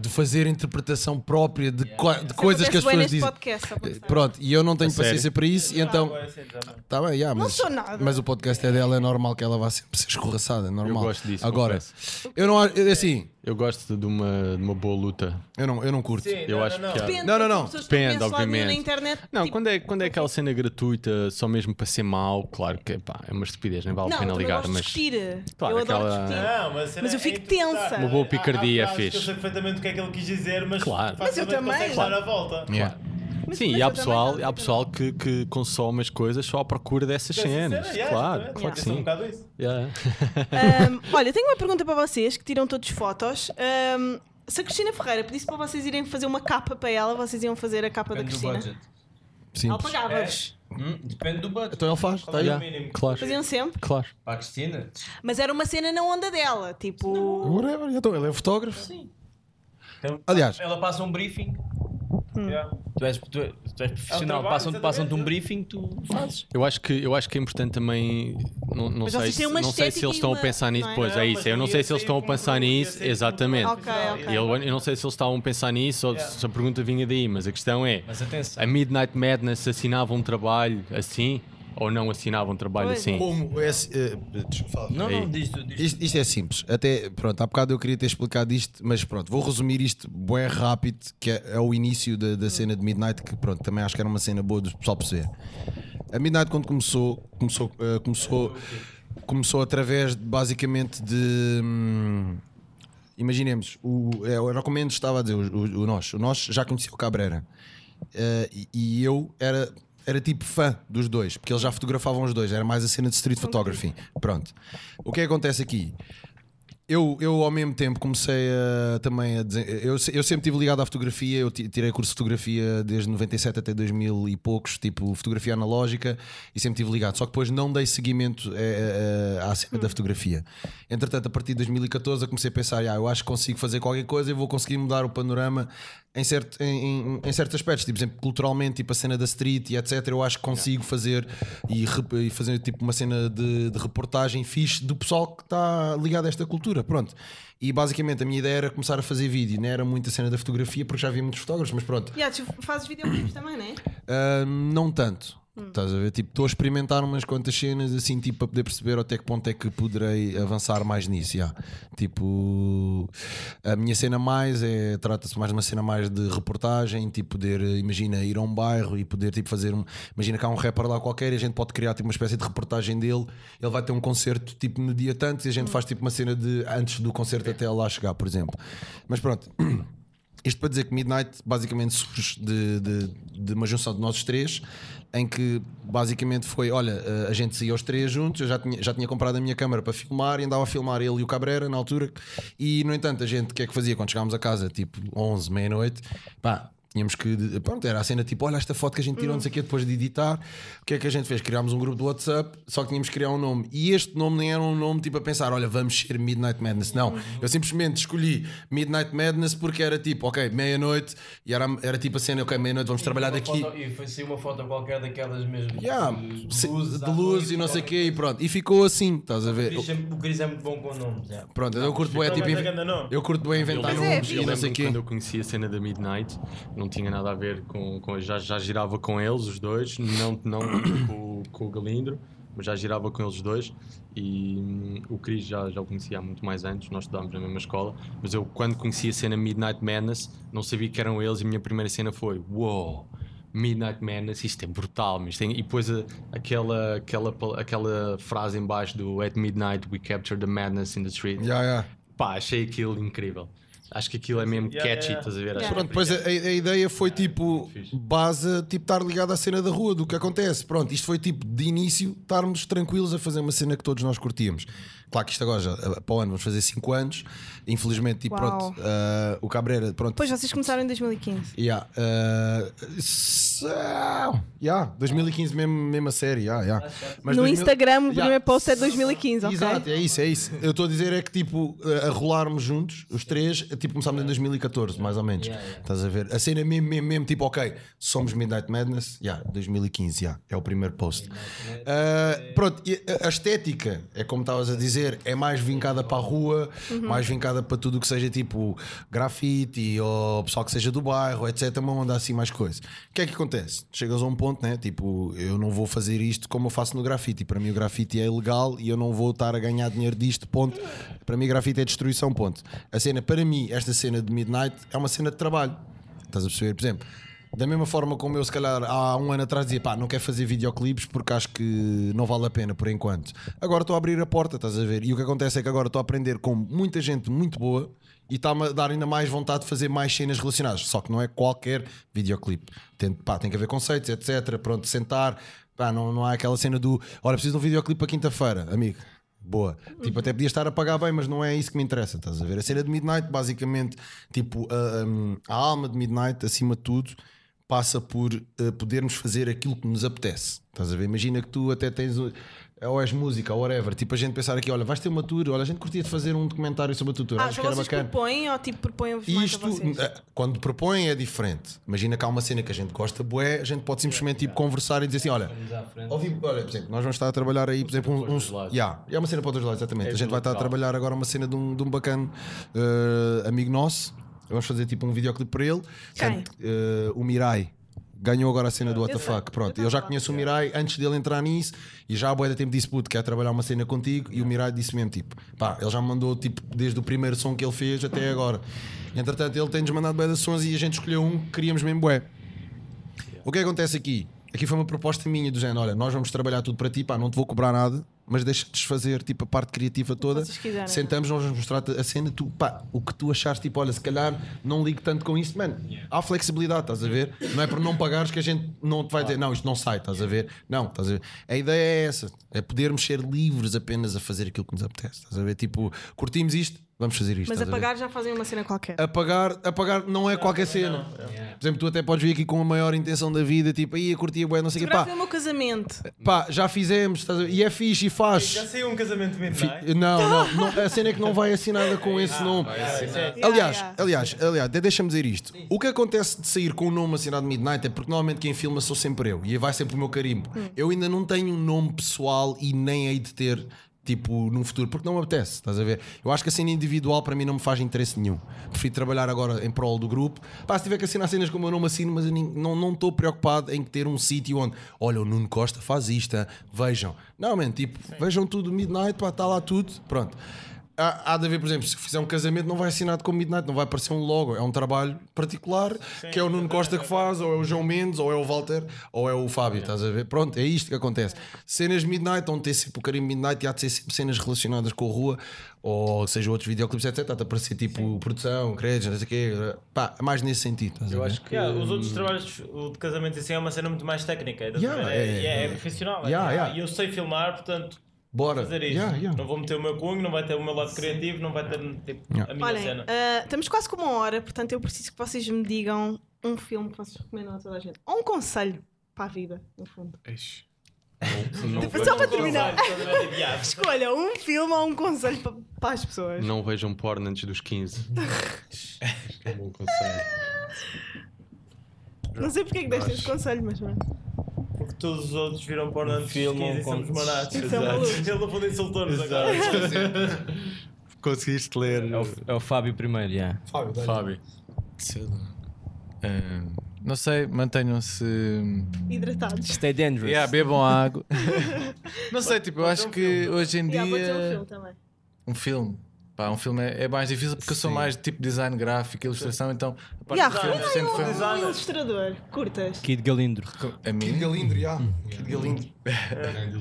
de fazer interpretação própria de, co- de coisas que Acontece bem as pessoas neste dizem. podcast, só para Eh, saber. Pronto, e eu não tenho A sério? paciência para isso, e então. Agora sim, já não. Tá bem, yeah, mas, sou nada. mas o podcast é dela, é normal que ela vá sempre ser escorraçada, é normal. Eu gosto disso, Agora, eu não acho- eu- assim, Eu gosto de uma, de uma boa luta. eu não, eu não curto. Sim, Eu não, acho não, que não. há- Depende, Não, não, não. As pessoas que Depende, pensam lá nenhum obviamente. Na internet, Não, tipo, quando é, quando é aquela cena gratuita, só mesmo para ser mau, claro que pá, é uma estupidez, nem vale não, a pena eu também ligar, gosto de mas. discutir. Claro, eu adoro aquela- discutir. Não, mas, é Mas eu fico tensa. Uma boa Há- picardia há frases fixe. que Eu sei perfeitamente o que é que ele quis dizer, mas Claro. Mas eu facilmente também. consegues dar a volta. Yeah. Mas- Sim, mas e há eu também pessoal, gosto há de pessoal que, que consome as coisas só à procura dessas Dessa cenas. cena, yeah, claro, exatamente. claro que Eu é sou Um sim. Tá, bocado isso. Yeah. Ahm, olha, tenho uma pergunta para vocês que tiram todos fotos. Ahm, se a Cristina Ferreira pedisse para vocês irem fazer uma capa para ela, vocês iam fazer a capa da Depende do Cristina? budget. Sim. Ela pagava-vos. Hum, Depende do budget. Então ele faz, tá aí. Yeah, mínimo. Claro, Faziam sempre. claro. Para a Cristina? Mas era uma cena na onda dela. Tipo. Whatever, então ele é fotógrafo. Sim. Aliás, Então, Ela passa um briefing. Yeah. Tu és, tu és, tu és profissional. É trabalho, Passam-te exatamente. passam um briefing, tu fazes. Eu acho que, eu acho que é importante também. Não, não Mas sei, vocês se, têm uma não sei se estética eles estão e a uma- pensar nisso. não é? Pois Não, é mas isso. Eu não ia sei se eles sair estão a com pensar produto, ia nisso. sair com Exatamente. produto. Ok, ok. Eu, eu não sei se eles estavam a pensar nisso ou se a pergunta vinha daí, mas a questão é: Mas atenção. a Midnight Madness assinava um trabalho assim ou não assinava um trabalho Pois. assim? como é. eh, deixa eu falar. Não, Aí. não, diz tu, diz tu. Isto, isto é simples. Até, pronto, há bocado eu queria ter explicado isto, mas pronto, vou resumir isto bem rápido, que é, é o início da, da cena de Midnight, que pronto, também acho que era uma cena boa do pessoal perceber. A Midnight quando começou, começou, eh, começou, começou através de, basicamente de... hum, imaginemos, o, é, era como o Mendes estava a dizer, o, o, o nós. O nós já conhecia o Cabrera. Eh, e, e eu era, era tipo fã dos dois, porque eles já fotografavam os dois, era mais a cena de street photography. Pronto. O que é que acontece aqui? Eu, eu ao mesmo tempo comecei a, também a desen- eu, se- eu sempre estive ligado à fotografia, eu ti- tirei curso de fotografia desde 97 até 2000 e poucos, tipo fotografia analógica, e sempre estive ligado. Só que depois não dei seguimento eh, eh, à cena da fotografia. Entretanto, a partir de 2014 eu comecei a pensar, ah, eu acho que consigo fazer qualquer coisa e vou conseguir mudar o panorama em, certo, em, em- em certos aspectos, tipo, exemplo, culturalmente, tipo a cena da street e etc. Eu acho que consigo fazer e, rep- e fazer tipo uma cena de, de reportagem fixe do pessoal que está ligado a esta cultura. Pronto. E basicamente a minha ideia era começar a fazer vídeo, não era muito a cena da fotografia, porque já havia muitos fotógrafos, mas pronto. Yeah, tu fazes videoclipes também, não é? Ah, não tanto. Estás a ver? Tipo, estou a experimentar umas quantas cenas assim, tipo, para poder perceber até que ponto é que poderei avançar mais nisso. já. Tipo, a minha cena mais é. Trata-se mais de uma cena mais de reportagem, tipo, poder, eh, imagina, ir a um bairro e poder, tipo, fazer. Um, imagina que há um rapper lá qualquer e a gente pode criar, tipo, uma espécie de reportagem dele. Ele vai ter um concerto, tipo, no dia tanto e a gente faz, tipo, uma cena de antes do concerto até lá chegar, por exemplo. Mas pronto. Isto para dizer que Midnight basicamente surge de, de, de uma junção de nós três, em que basicamente foi: olha, eh, a gente saía os três juntos, eu já tinha, já tinha comprado a minha câmara para filmar e andava a filmar ele e o Cabrera na altura. E no entanto, a gente o que é que fazia quando chegámos a casa, tipo 11, meia-noite? Pá, Tínhamos que. de- Pronto, era a cena tipo: olha esta foto que a gente tirou, não sei o quê, depois de editar. O que é que a gente fez? Criámos um grupo do WhatsApp, só que tínhamos que criar um nome. E este nome nem era um nome tipo a pensar: olha, vamos ser Midnight Madness. Não, eu simplesmente escolhi Midnight Madness porque era tipo: ok, meia-noite, e era, era tipo a cena: ok, meia-noite, vamos trabalhar daqui. e foi sair uma foto qualquer daquelas mesmo. Yeah, se- de luz e não sei o quê, e pronto. E ficou assim, estás a ver? O Cris é Então, muito bom com nomes. já. Pronto, eu curto bem, Não, tipo, mas inven- é grande nome. eu curto bem inventar Mas é nomes fixe. e não sei o lembro-me quê. quando eu conheci a cena da Midnight, não tinha nada a ver com. com já, já girava com eles, os dois, não, não com, o- com o Galindro, mas já girava com eles dois. E hum, o Cris já, já o conhecia há muito mais anos, nós estudámos na mesma escola. Mas eu, quando conheci a cena Midnight Madness, não sabia que eram eles e a minha primeira cena foi: Uou! Midnight Madness, isto é brutal, mas tem, e depois a- aquela, aquela, pal- aquela frase em baixo do At Midnight we capture the madness in the street Yeah, yeah. pá, achei aquilo incrível. Acho que aquilo é mesmo Yeah, catchy, yeah. estás a ver? Acho Pronto, que- é depois a, a- a ideia foi tipo base, tipo estar ligado à cena da rua, do que acontece. Pronto, isto foi tipo de início estarmos tranquilos a fazer uma cena que todos nós curtíamos. Claro que isto agora já, eh, para o ano vamos fazer 5 anos. Infelizmente, tipo, Uau. pronto, eh, o Cabreira, pronto. Pois vocês começaram em 2015. Yeah, eh, s- ah, yeah, 2015 mesmo, mesmo a série, yeah, yeah. Mas no 2000 Instagram, o Yeah. primeiro post é de 2015, ok? Exato, é isso, é isso. Eu estou a dizer é que tipo, a- a rolarmos juntos, os três, tipo, começámos em 2014, mais ou menos. Estás a ver? A cena mesmo, mesmo, mesmo, tipo, ok, somos Midnight Madness, yeah, 2015, yeah, é o primeiro post. Ah, pronto, e a- a estética, é como estavas a dizer, é mais vincada para a rua, mais vincada para tudo o que seja tipo grafite ou pessoal que seja do bairro, etc. Uma onda assim, mais coisa. O que é que acontece? Chegas a um ponto, né? Tipo, eu não vou fazer isto como eu faço no grafite. Para mim, o grafite é ilegal e eu não vou estar a ganhar dinheiro disto, ponto. Para mim, grafite é destruição, ponto. A cena, para mim, esta cena de Midnight é uma cena de trabalho. Estás a perceber? Por exemplo. Da mesma forma como eu, se calhar, há um ano atrás dizia pá, não quero fazer videoclipes porque acho que não vale a pena por enquanto. Agora estou a abrir a porta, estás a ver? E o que acontece é que agora estou a aprender com muita gente muito boa e está-me a dar ainda mais vontade de fazer mais cenas relacionadas. Só que não é qualquer videoclipe. Tem, pá, tem que haver conceitos, etc. Pronto, sentar. Pá, não, não há aquela cena do olha, preciso de um videoclipe para quinta-feira, amigo. Boa. Tipo, até podia estar a pagar bem, mas não é isso que me interessa, estás a ver? A cena de Midnight, basicamente, tipo, a, um, a alma de Midnight, acima de tudo, passa por uh, podermos fazer aquilo que nos apetece. Estás a ver? Imagina que tu até tens. um- Ou és música, ou whatever. Tipo, a gente pensar aqui, olha, vais ter uma tour, olha, a gente curtia de fazer um documentário sobre a tua tour. Ah, acho então que era vocês bacana. propõem ou tipo propõem-vos E mais a isto, vocês? eh, quando propõem, é diferente. Imagina que há uma cena que a gente gosta, bué, a gente pode simplesmente tipo, conversar e dizer assim: olha, ouvi- olha, por exemplo, nós vamos estar a trabalhar aí, por exemplo, um. um yeah, é uma cena para os dois lados, exatamente. a gente vai estar a trabalhar agora uma cena de um, de um bacana eh, amigo nosso. Vamos fazer tipo um videoclipe para ele. Quem? Eh, o Mirai. Ganhou agora a cena do What the sei. Fuck. Pronto, eu já conheço o Mirai antes dele entrar nisso e já há boia de tempo disse: puto, quer trabalhar uma cena contigo. E o Mirai disse mesmo: tipo, pá, ele já me mandou tipo desde o primeiro som que ele fez até agora. Entretanto, ele tem-nos mandado boia de sons e a gente escolheu um que queríamos mesmo bué. O que é que acontece aqui? Aqui foi uma proposta minha do género: olha, nós vamos trabalhar tudo para ti, pá, não te vou cobrar nada, mas deixa-te fazer tipo a parte criativa toda. vocês quiserem. Sentamos, nós vamos mostrar a cena, tu, pá, o que tu achares, tipo, olha, se calhar não ligo tanto com isso, mano. Há flexibilidade, estás a ver? Não é por não pagares que a gente não te vai dizer, não, isto não sai, estás a ver? Não, estás a ver? A ideia é essa: é podermos ser livres apenas a fazer aquilo que nos apetece, estás a ver? Tipo, curtimos isto, vamos fazer isto. Mas estás a ver? apagar já fazem uma cena qualquer. apagar, apagar não é qualquer cena. Por exemplo, tu até podes vir aqui com a maior intenção da vida, tipo, aí a curtir, bué, não sei o quê, pá, Fotografia é o meu casamento. pá, já fizemos, estás a ver? e é fixe e Já faz. saiu um casamento Midnight. é? Fi- Não, não, não, a cena é que não vai assinada com esse nome. Aliás, Yeah, yeah. aliás, aliás, de- deixa-me dizer isto. O que acontece de sair com o nome assinado Midnight é porque normalmente quem filma sou sempre eu e vai sempre o meu carimbo. Hum. Eu ainda não tenho um nome pessoal e nem hei de ter. Tipo, num futuro, porque não me apetece, estás a ver? Eu acho que a cena individual para mim não me faz interesse nenhum. Prefiro trabalhar agora em prol do grupo. Pá, se tiver que assinar cenas como eu não me assino, assim, mas eu nem- não não estou preocupado em ter um sítio onde, olha, o Nuno Costa faz isto, ah, vejam. Não, man, tipo, vejam tudo, Midnight, pá, está lá tudo, pronto. Há, há de haver, por exemplo, se fizer um casamento, não vai assinado com Midnight, não vai aparecer um logo. É um trabalho particular que é o Nuno Costa que faz, ou é o João Mendes, ou é o Walter, ou é o Fábio. Estás a ver? Pronto, é isto que acontece. Cenas Midnight, onde ter sempre o carinho Midnight e há de ser sempre cenas relacionadas com a rua, ou seja, outros videoclipes, etc. Há de aparecer tipo produção, créditos, não sei o quê. Pá, é mais nesse sentido. Estás a ver? Yeah, os outros trabalhos o de casamento assim é uma cena muito mais técnica. estás a Yeah, ver? é, é- é- é profissional. é- Yeah, yeah. E eu sei filmar, portanto, Bora. fazer isto. Yeah, yeah. Não vou meter o meu cunho, não vai ter o meu lado criativo, não vai ter tipo, Yeah. a minha Olhem, cena. ah, estamos quase com uma hora, portanto eu preciso que vocês me digam um filme que vocês recomendam a toda a gente. Ou um conselho para a vida, no fundo. Eish. Não, Depois só vejam, para terminar. Quando vai, tipo, yeah, Escolha um filme ou um conselho pa- para, as pessoas. não vejam porno antes dos 15. É um bom conselho. Não, sei porque é que deste este conselho, mas pronto. Porque todos os outros viram porno antes de Filmam 15 e somos com- manados. Isso é um Exato. maluco. Ele no fundo insultou-nos agora. Conseguiste ler. É o, é o Fábio primeiro, yeah. Fábio. Ahn, não sei, mantenham-se. Hidratados. Stay é dangerous. Yeah, bebam água. não sei, tipo, eu acho que hoje em Yeah, vou dizer um dia. filme também. Um filme. Pá, um filme é, é mais difícil porque eu sou mais de tipo design gráfico, ilustração, então a parte Yeah, do filme sempre foi. Um ilustrador, curtas. Kid Galindro. A Kid mim, Galindro, já. Kid Galindro.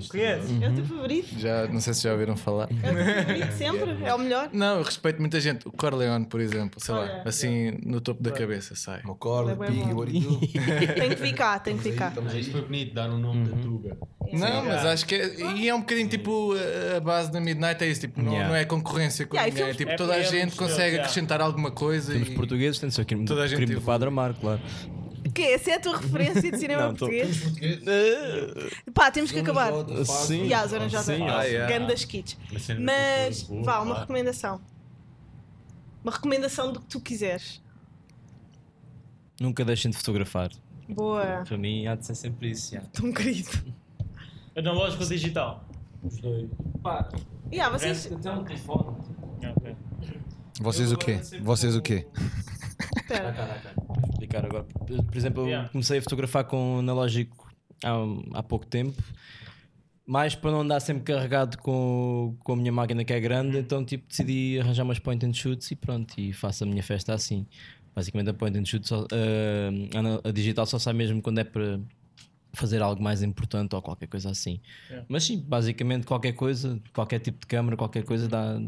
Conhece? É o teu favorito? já, não sei se já ouviram falar. É o teu favorito sempre? É o melhor? Não, eu respeito muita gente. O Corleone, por exemplo, sei lá, Olha, assim no topo da cabeça, sai. Uma corda, Ele é pig, bom. what do you do? Tem que ficar, tem que ficar. Mas isto foi bonito, dar o nome da Tuga. Não, mas acho que é, e é um bocadinho tipo a- a base da Midnight, é isso, tipo, não, Yeah. não é concorrência com Yeah, e ninguém, é filmes- tipo, É toda a porque é gente muito consegue yeah. acrescentar alguma coisa Os e- portugueses têm o seu crime, Toda a gente crime do evolui. Padre Amaro, claro. Que essa é a tua referência de cinema Não, tô- português? Pá, temos que acabar. Sim. E a Zona J. Sim, ah, yeah. Gandas Kids. Mas, vá, uma recomendação. Uma recomendação do que tu quiseres. Nunca deixem de fotografar. Boa. um Para mim, há de ser sempre isso. yeah. Tão querido. Analógico É ou digital? Yeah, vocês... Vocês o quê? Vocês o quê? Espera. explicar agora. Por por exemplo, eu Yeah. comecei a fotografar com um analógico há, há pouco tempo, mais para não andar sempre carregado com, com a minha máquina que é grande, então tipo, decidi arranjar umas point and shoots e pronto, e faço a minha festa assim. Basicamente a point and shoot, só, eh, a ana- a digital só sai mesmo quando é para fazer algo mais importante ou qualquer coisa assim. Mas sim, basicamente qualquer coisa, qualquer tipo de câmera, qualquer coisa dá,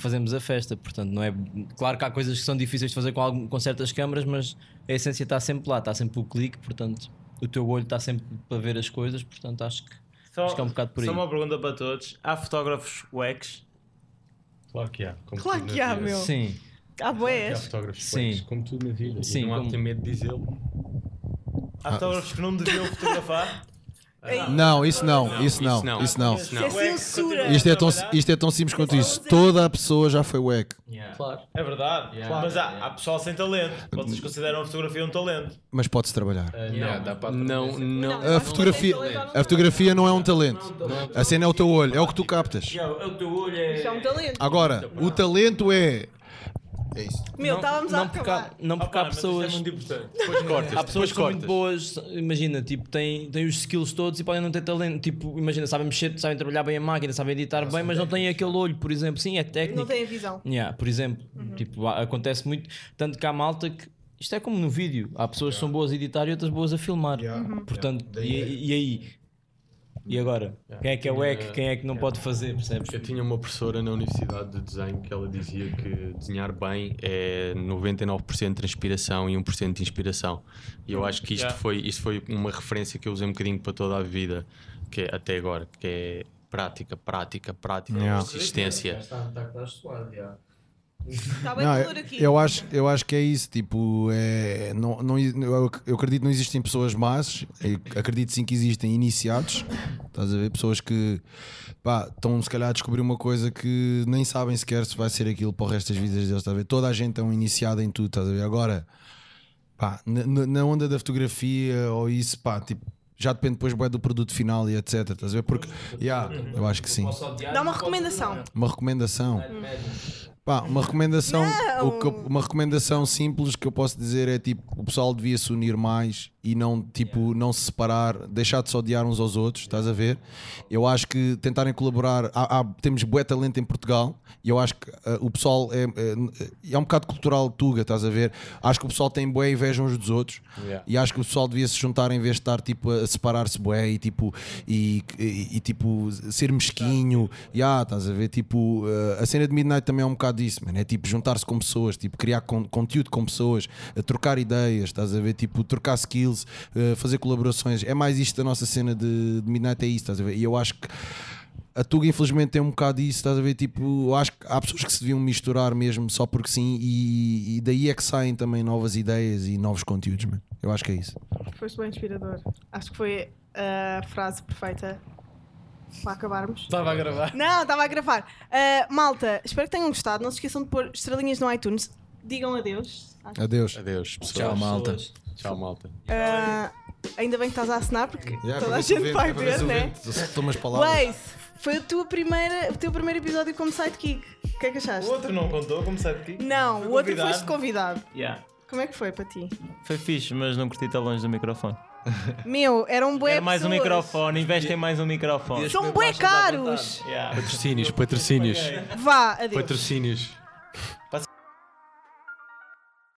fazemos a festa, portanto, não é. Claro que há coisas que são difíceis de fazer com, algum- com certas câmaras, mas a essência está sempre lá, está sempre o clique, portanto, o teu olho está sempre para ver as coisas, portanto, acho que. Só, Acho que é um bocado por só aí. uma pergunta para todos. Há fotógrafos wax? Claro que há. como Claro tudo na que há, vida. meu. Sim, Há Que há boés. fotógrafos Sim. pois, como tudo na vida. Sim, e não há como- que ter medo de dizê-lo. Ah, Há fotógrafos que não deviam fotografar? Não, isso não, isso Não, não, isso não. isso Isso é censura. Isto é, tão, isto é tão simples quanto isso. Toda a pessoa já foi wack. Claro. É verdade. Yeah. Mas há, há pessoal sem talento. Hum. Vocês consideram a fotografia um talento? Mas pode-se trabalhar. Yeah, dá para Não, não. A fotografia, a fotografia não é um talento. A cena é o teu olho, é o que tu captas. O teu olho Isto é um talento. Agora, o talento é. É isso. Meu, estávamos a não porque, acabar. há, Ah, Ah, não porque há é pessoas. Depois cortas. Há pessoas é depois que são muito cortas. boas, imagina, tipo, têm, têm os skills todos e podem não ter talento. Tipo, imagina, sabem mexer, sabem trabalhar bem a máquina, sabem editar bem, é mas não têm aquele olho, por exemplo. Sim, é técnico. Não tem a visão. Yeah, por exemplo, Uhum. tipo, há- acontece muito, tanto que há malta que isto é como no vídeo, há pessoas que são boas a editar e outras boas a filmar. Uhum. Portanto, e, e aí? E agora? Quem é que é o Tinha- EC? Quem é que não pode fazer? Percebes? Eu tinha uma professora na Universidade de Desenho que ela dizia que desenhar bem é 99% transpiração e 1% de inspiração. E eu acho que isto, Yeah. foi, isto foi uma referência que eu usei um bocadinho para toda a vida, que é, até agora, que é prática, prática, prática, persistência. Está bem Não, calor aqui. eu acho, eu acho que é isso. Tipo, é, não, não, eu acredito que não existem pessoas más. eu acredito sim que existem iniciados. Estás a ver? Pessoas que pá, estão se calhar a descobrir uma coisa que nem sabem sequer se vai ser aquilo para o resto das vidas deles. Estás a ver? Toda a gente é um iniciado em tudo. Estás a ver? Agora, pá, na- na, na onda da fotografia ou isso, pá, tipo. Já depende depois bué, do produto final e etc. Estás a ver? Porque, yeah, eu acho que sim. Dá uma recomendação. Uma recomendação. Pá, uma recomendação, Não! o que eu- uma recomendação simples que eu posso dizer é tipo, o pessoal devia se unir mais e não tipo, não se separar, deixar de se odiar uns aos outros, estás a ver? Eu acho que tentarem colaborar, há- há- temos bué talento em Portugal e eu acho que ah, o pessoal é, é, é um bocado cultural tuga, estás a ver? Acho que o pessoal tem bué inveja uns dos outros e acho que o pessoal devia se juntar em vez de estar tipo a separar-se bué e tipo e, e- e, tipo ser mesquinho e ah, estás a ver, tipo eh, a cena de Midnight também é um bocado disso, mano, é tipo juntar-se com pessoas, tipo criar con- conteúdo com pessoas, eh, trocar ideias, estás a ver, tipo trocar skills, eh, fazer colaborações, é mais isto da nossa cena de, de Midnight é isso, estás a ver, e eu acho que A Tuga, infelizmente, tem um bocado isso, estás a ver? Tipo, eu acho que há pessoas que se deviam misturar mesmo só porque sim, e, e daí é que saem também novas ideias e novos conteúdos, mano. Eu acho que é isso. Foste bem inspirador. Acho que foi a frase perfeita para acabarmos. Estava a gravar. Não, estava a gravar. Ah, malta, espero que tenham gostado. Não se esqueçam de pôr estrelinhas no iTunes. Digam adeus. Adeus. Adeus, pessoal. Tchau, malta. Tchau, malta. Ah, ainda bem que estás a assinar porque toda a ver se o gente vento, vai é para ver ver, se o né? vento. Eu- Toma as palavras. Waze, foi a tua primeira, o teu primeiro episódio como sidekick. O que é que achaste? O outro não contou, como sabe é. aqui? Não, Foi o outro convidado. foste convidado. Yeah. Como é que foi para ti? Foi fixe, mas não curti tão longe do microfone. Meu, era um bué Quero mais um pessoas. microfone, investem mais um microfone. São bué caros. Yeah. Patrocínios, patrocínios. Vá, adeus. Patrocínios.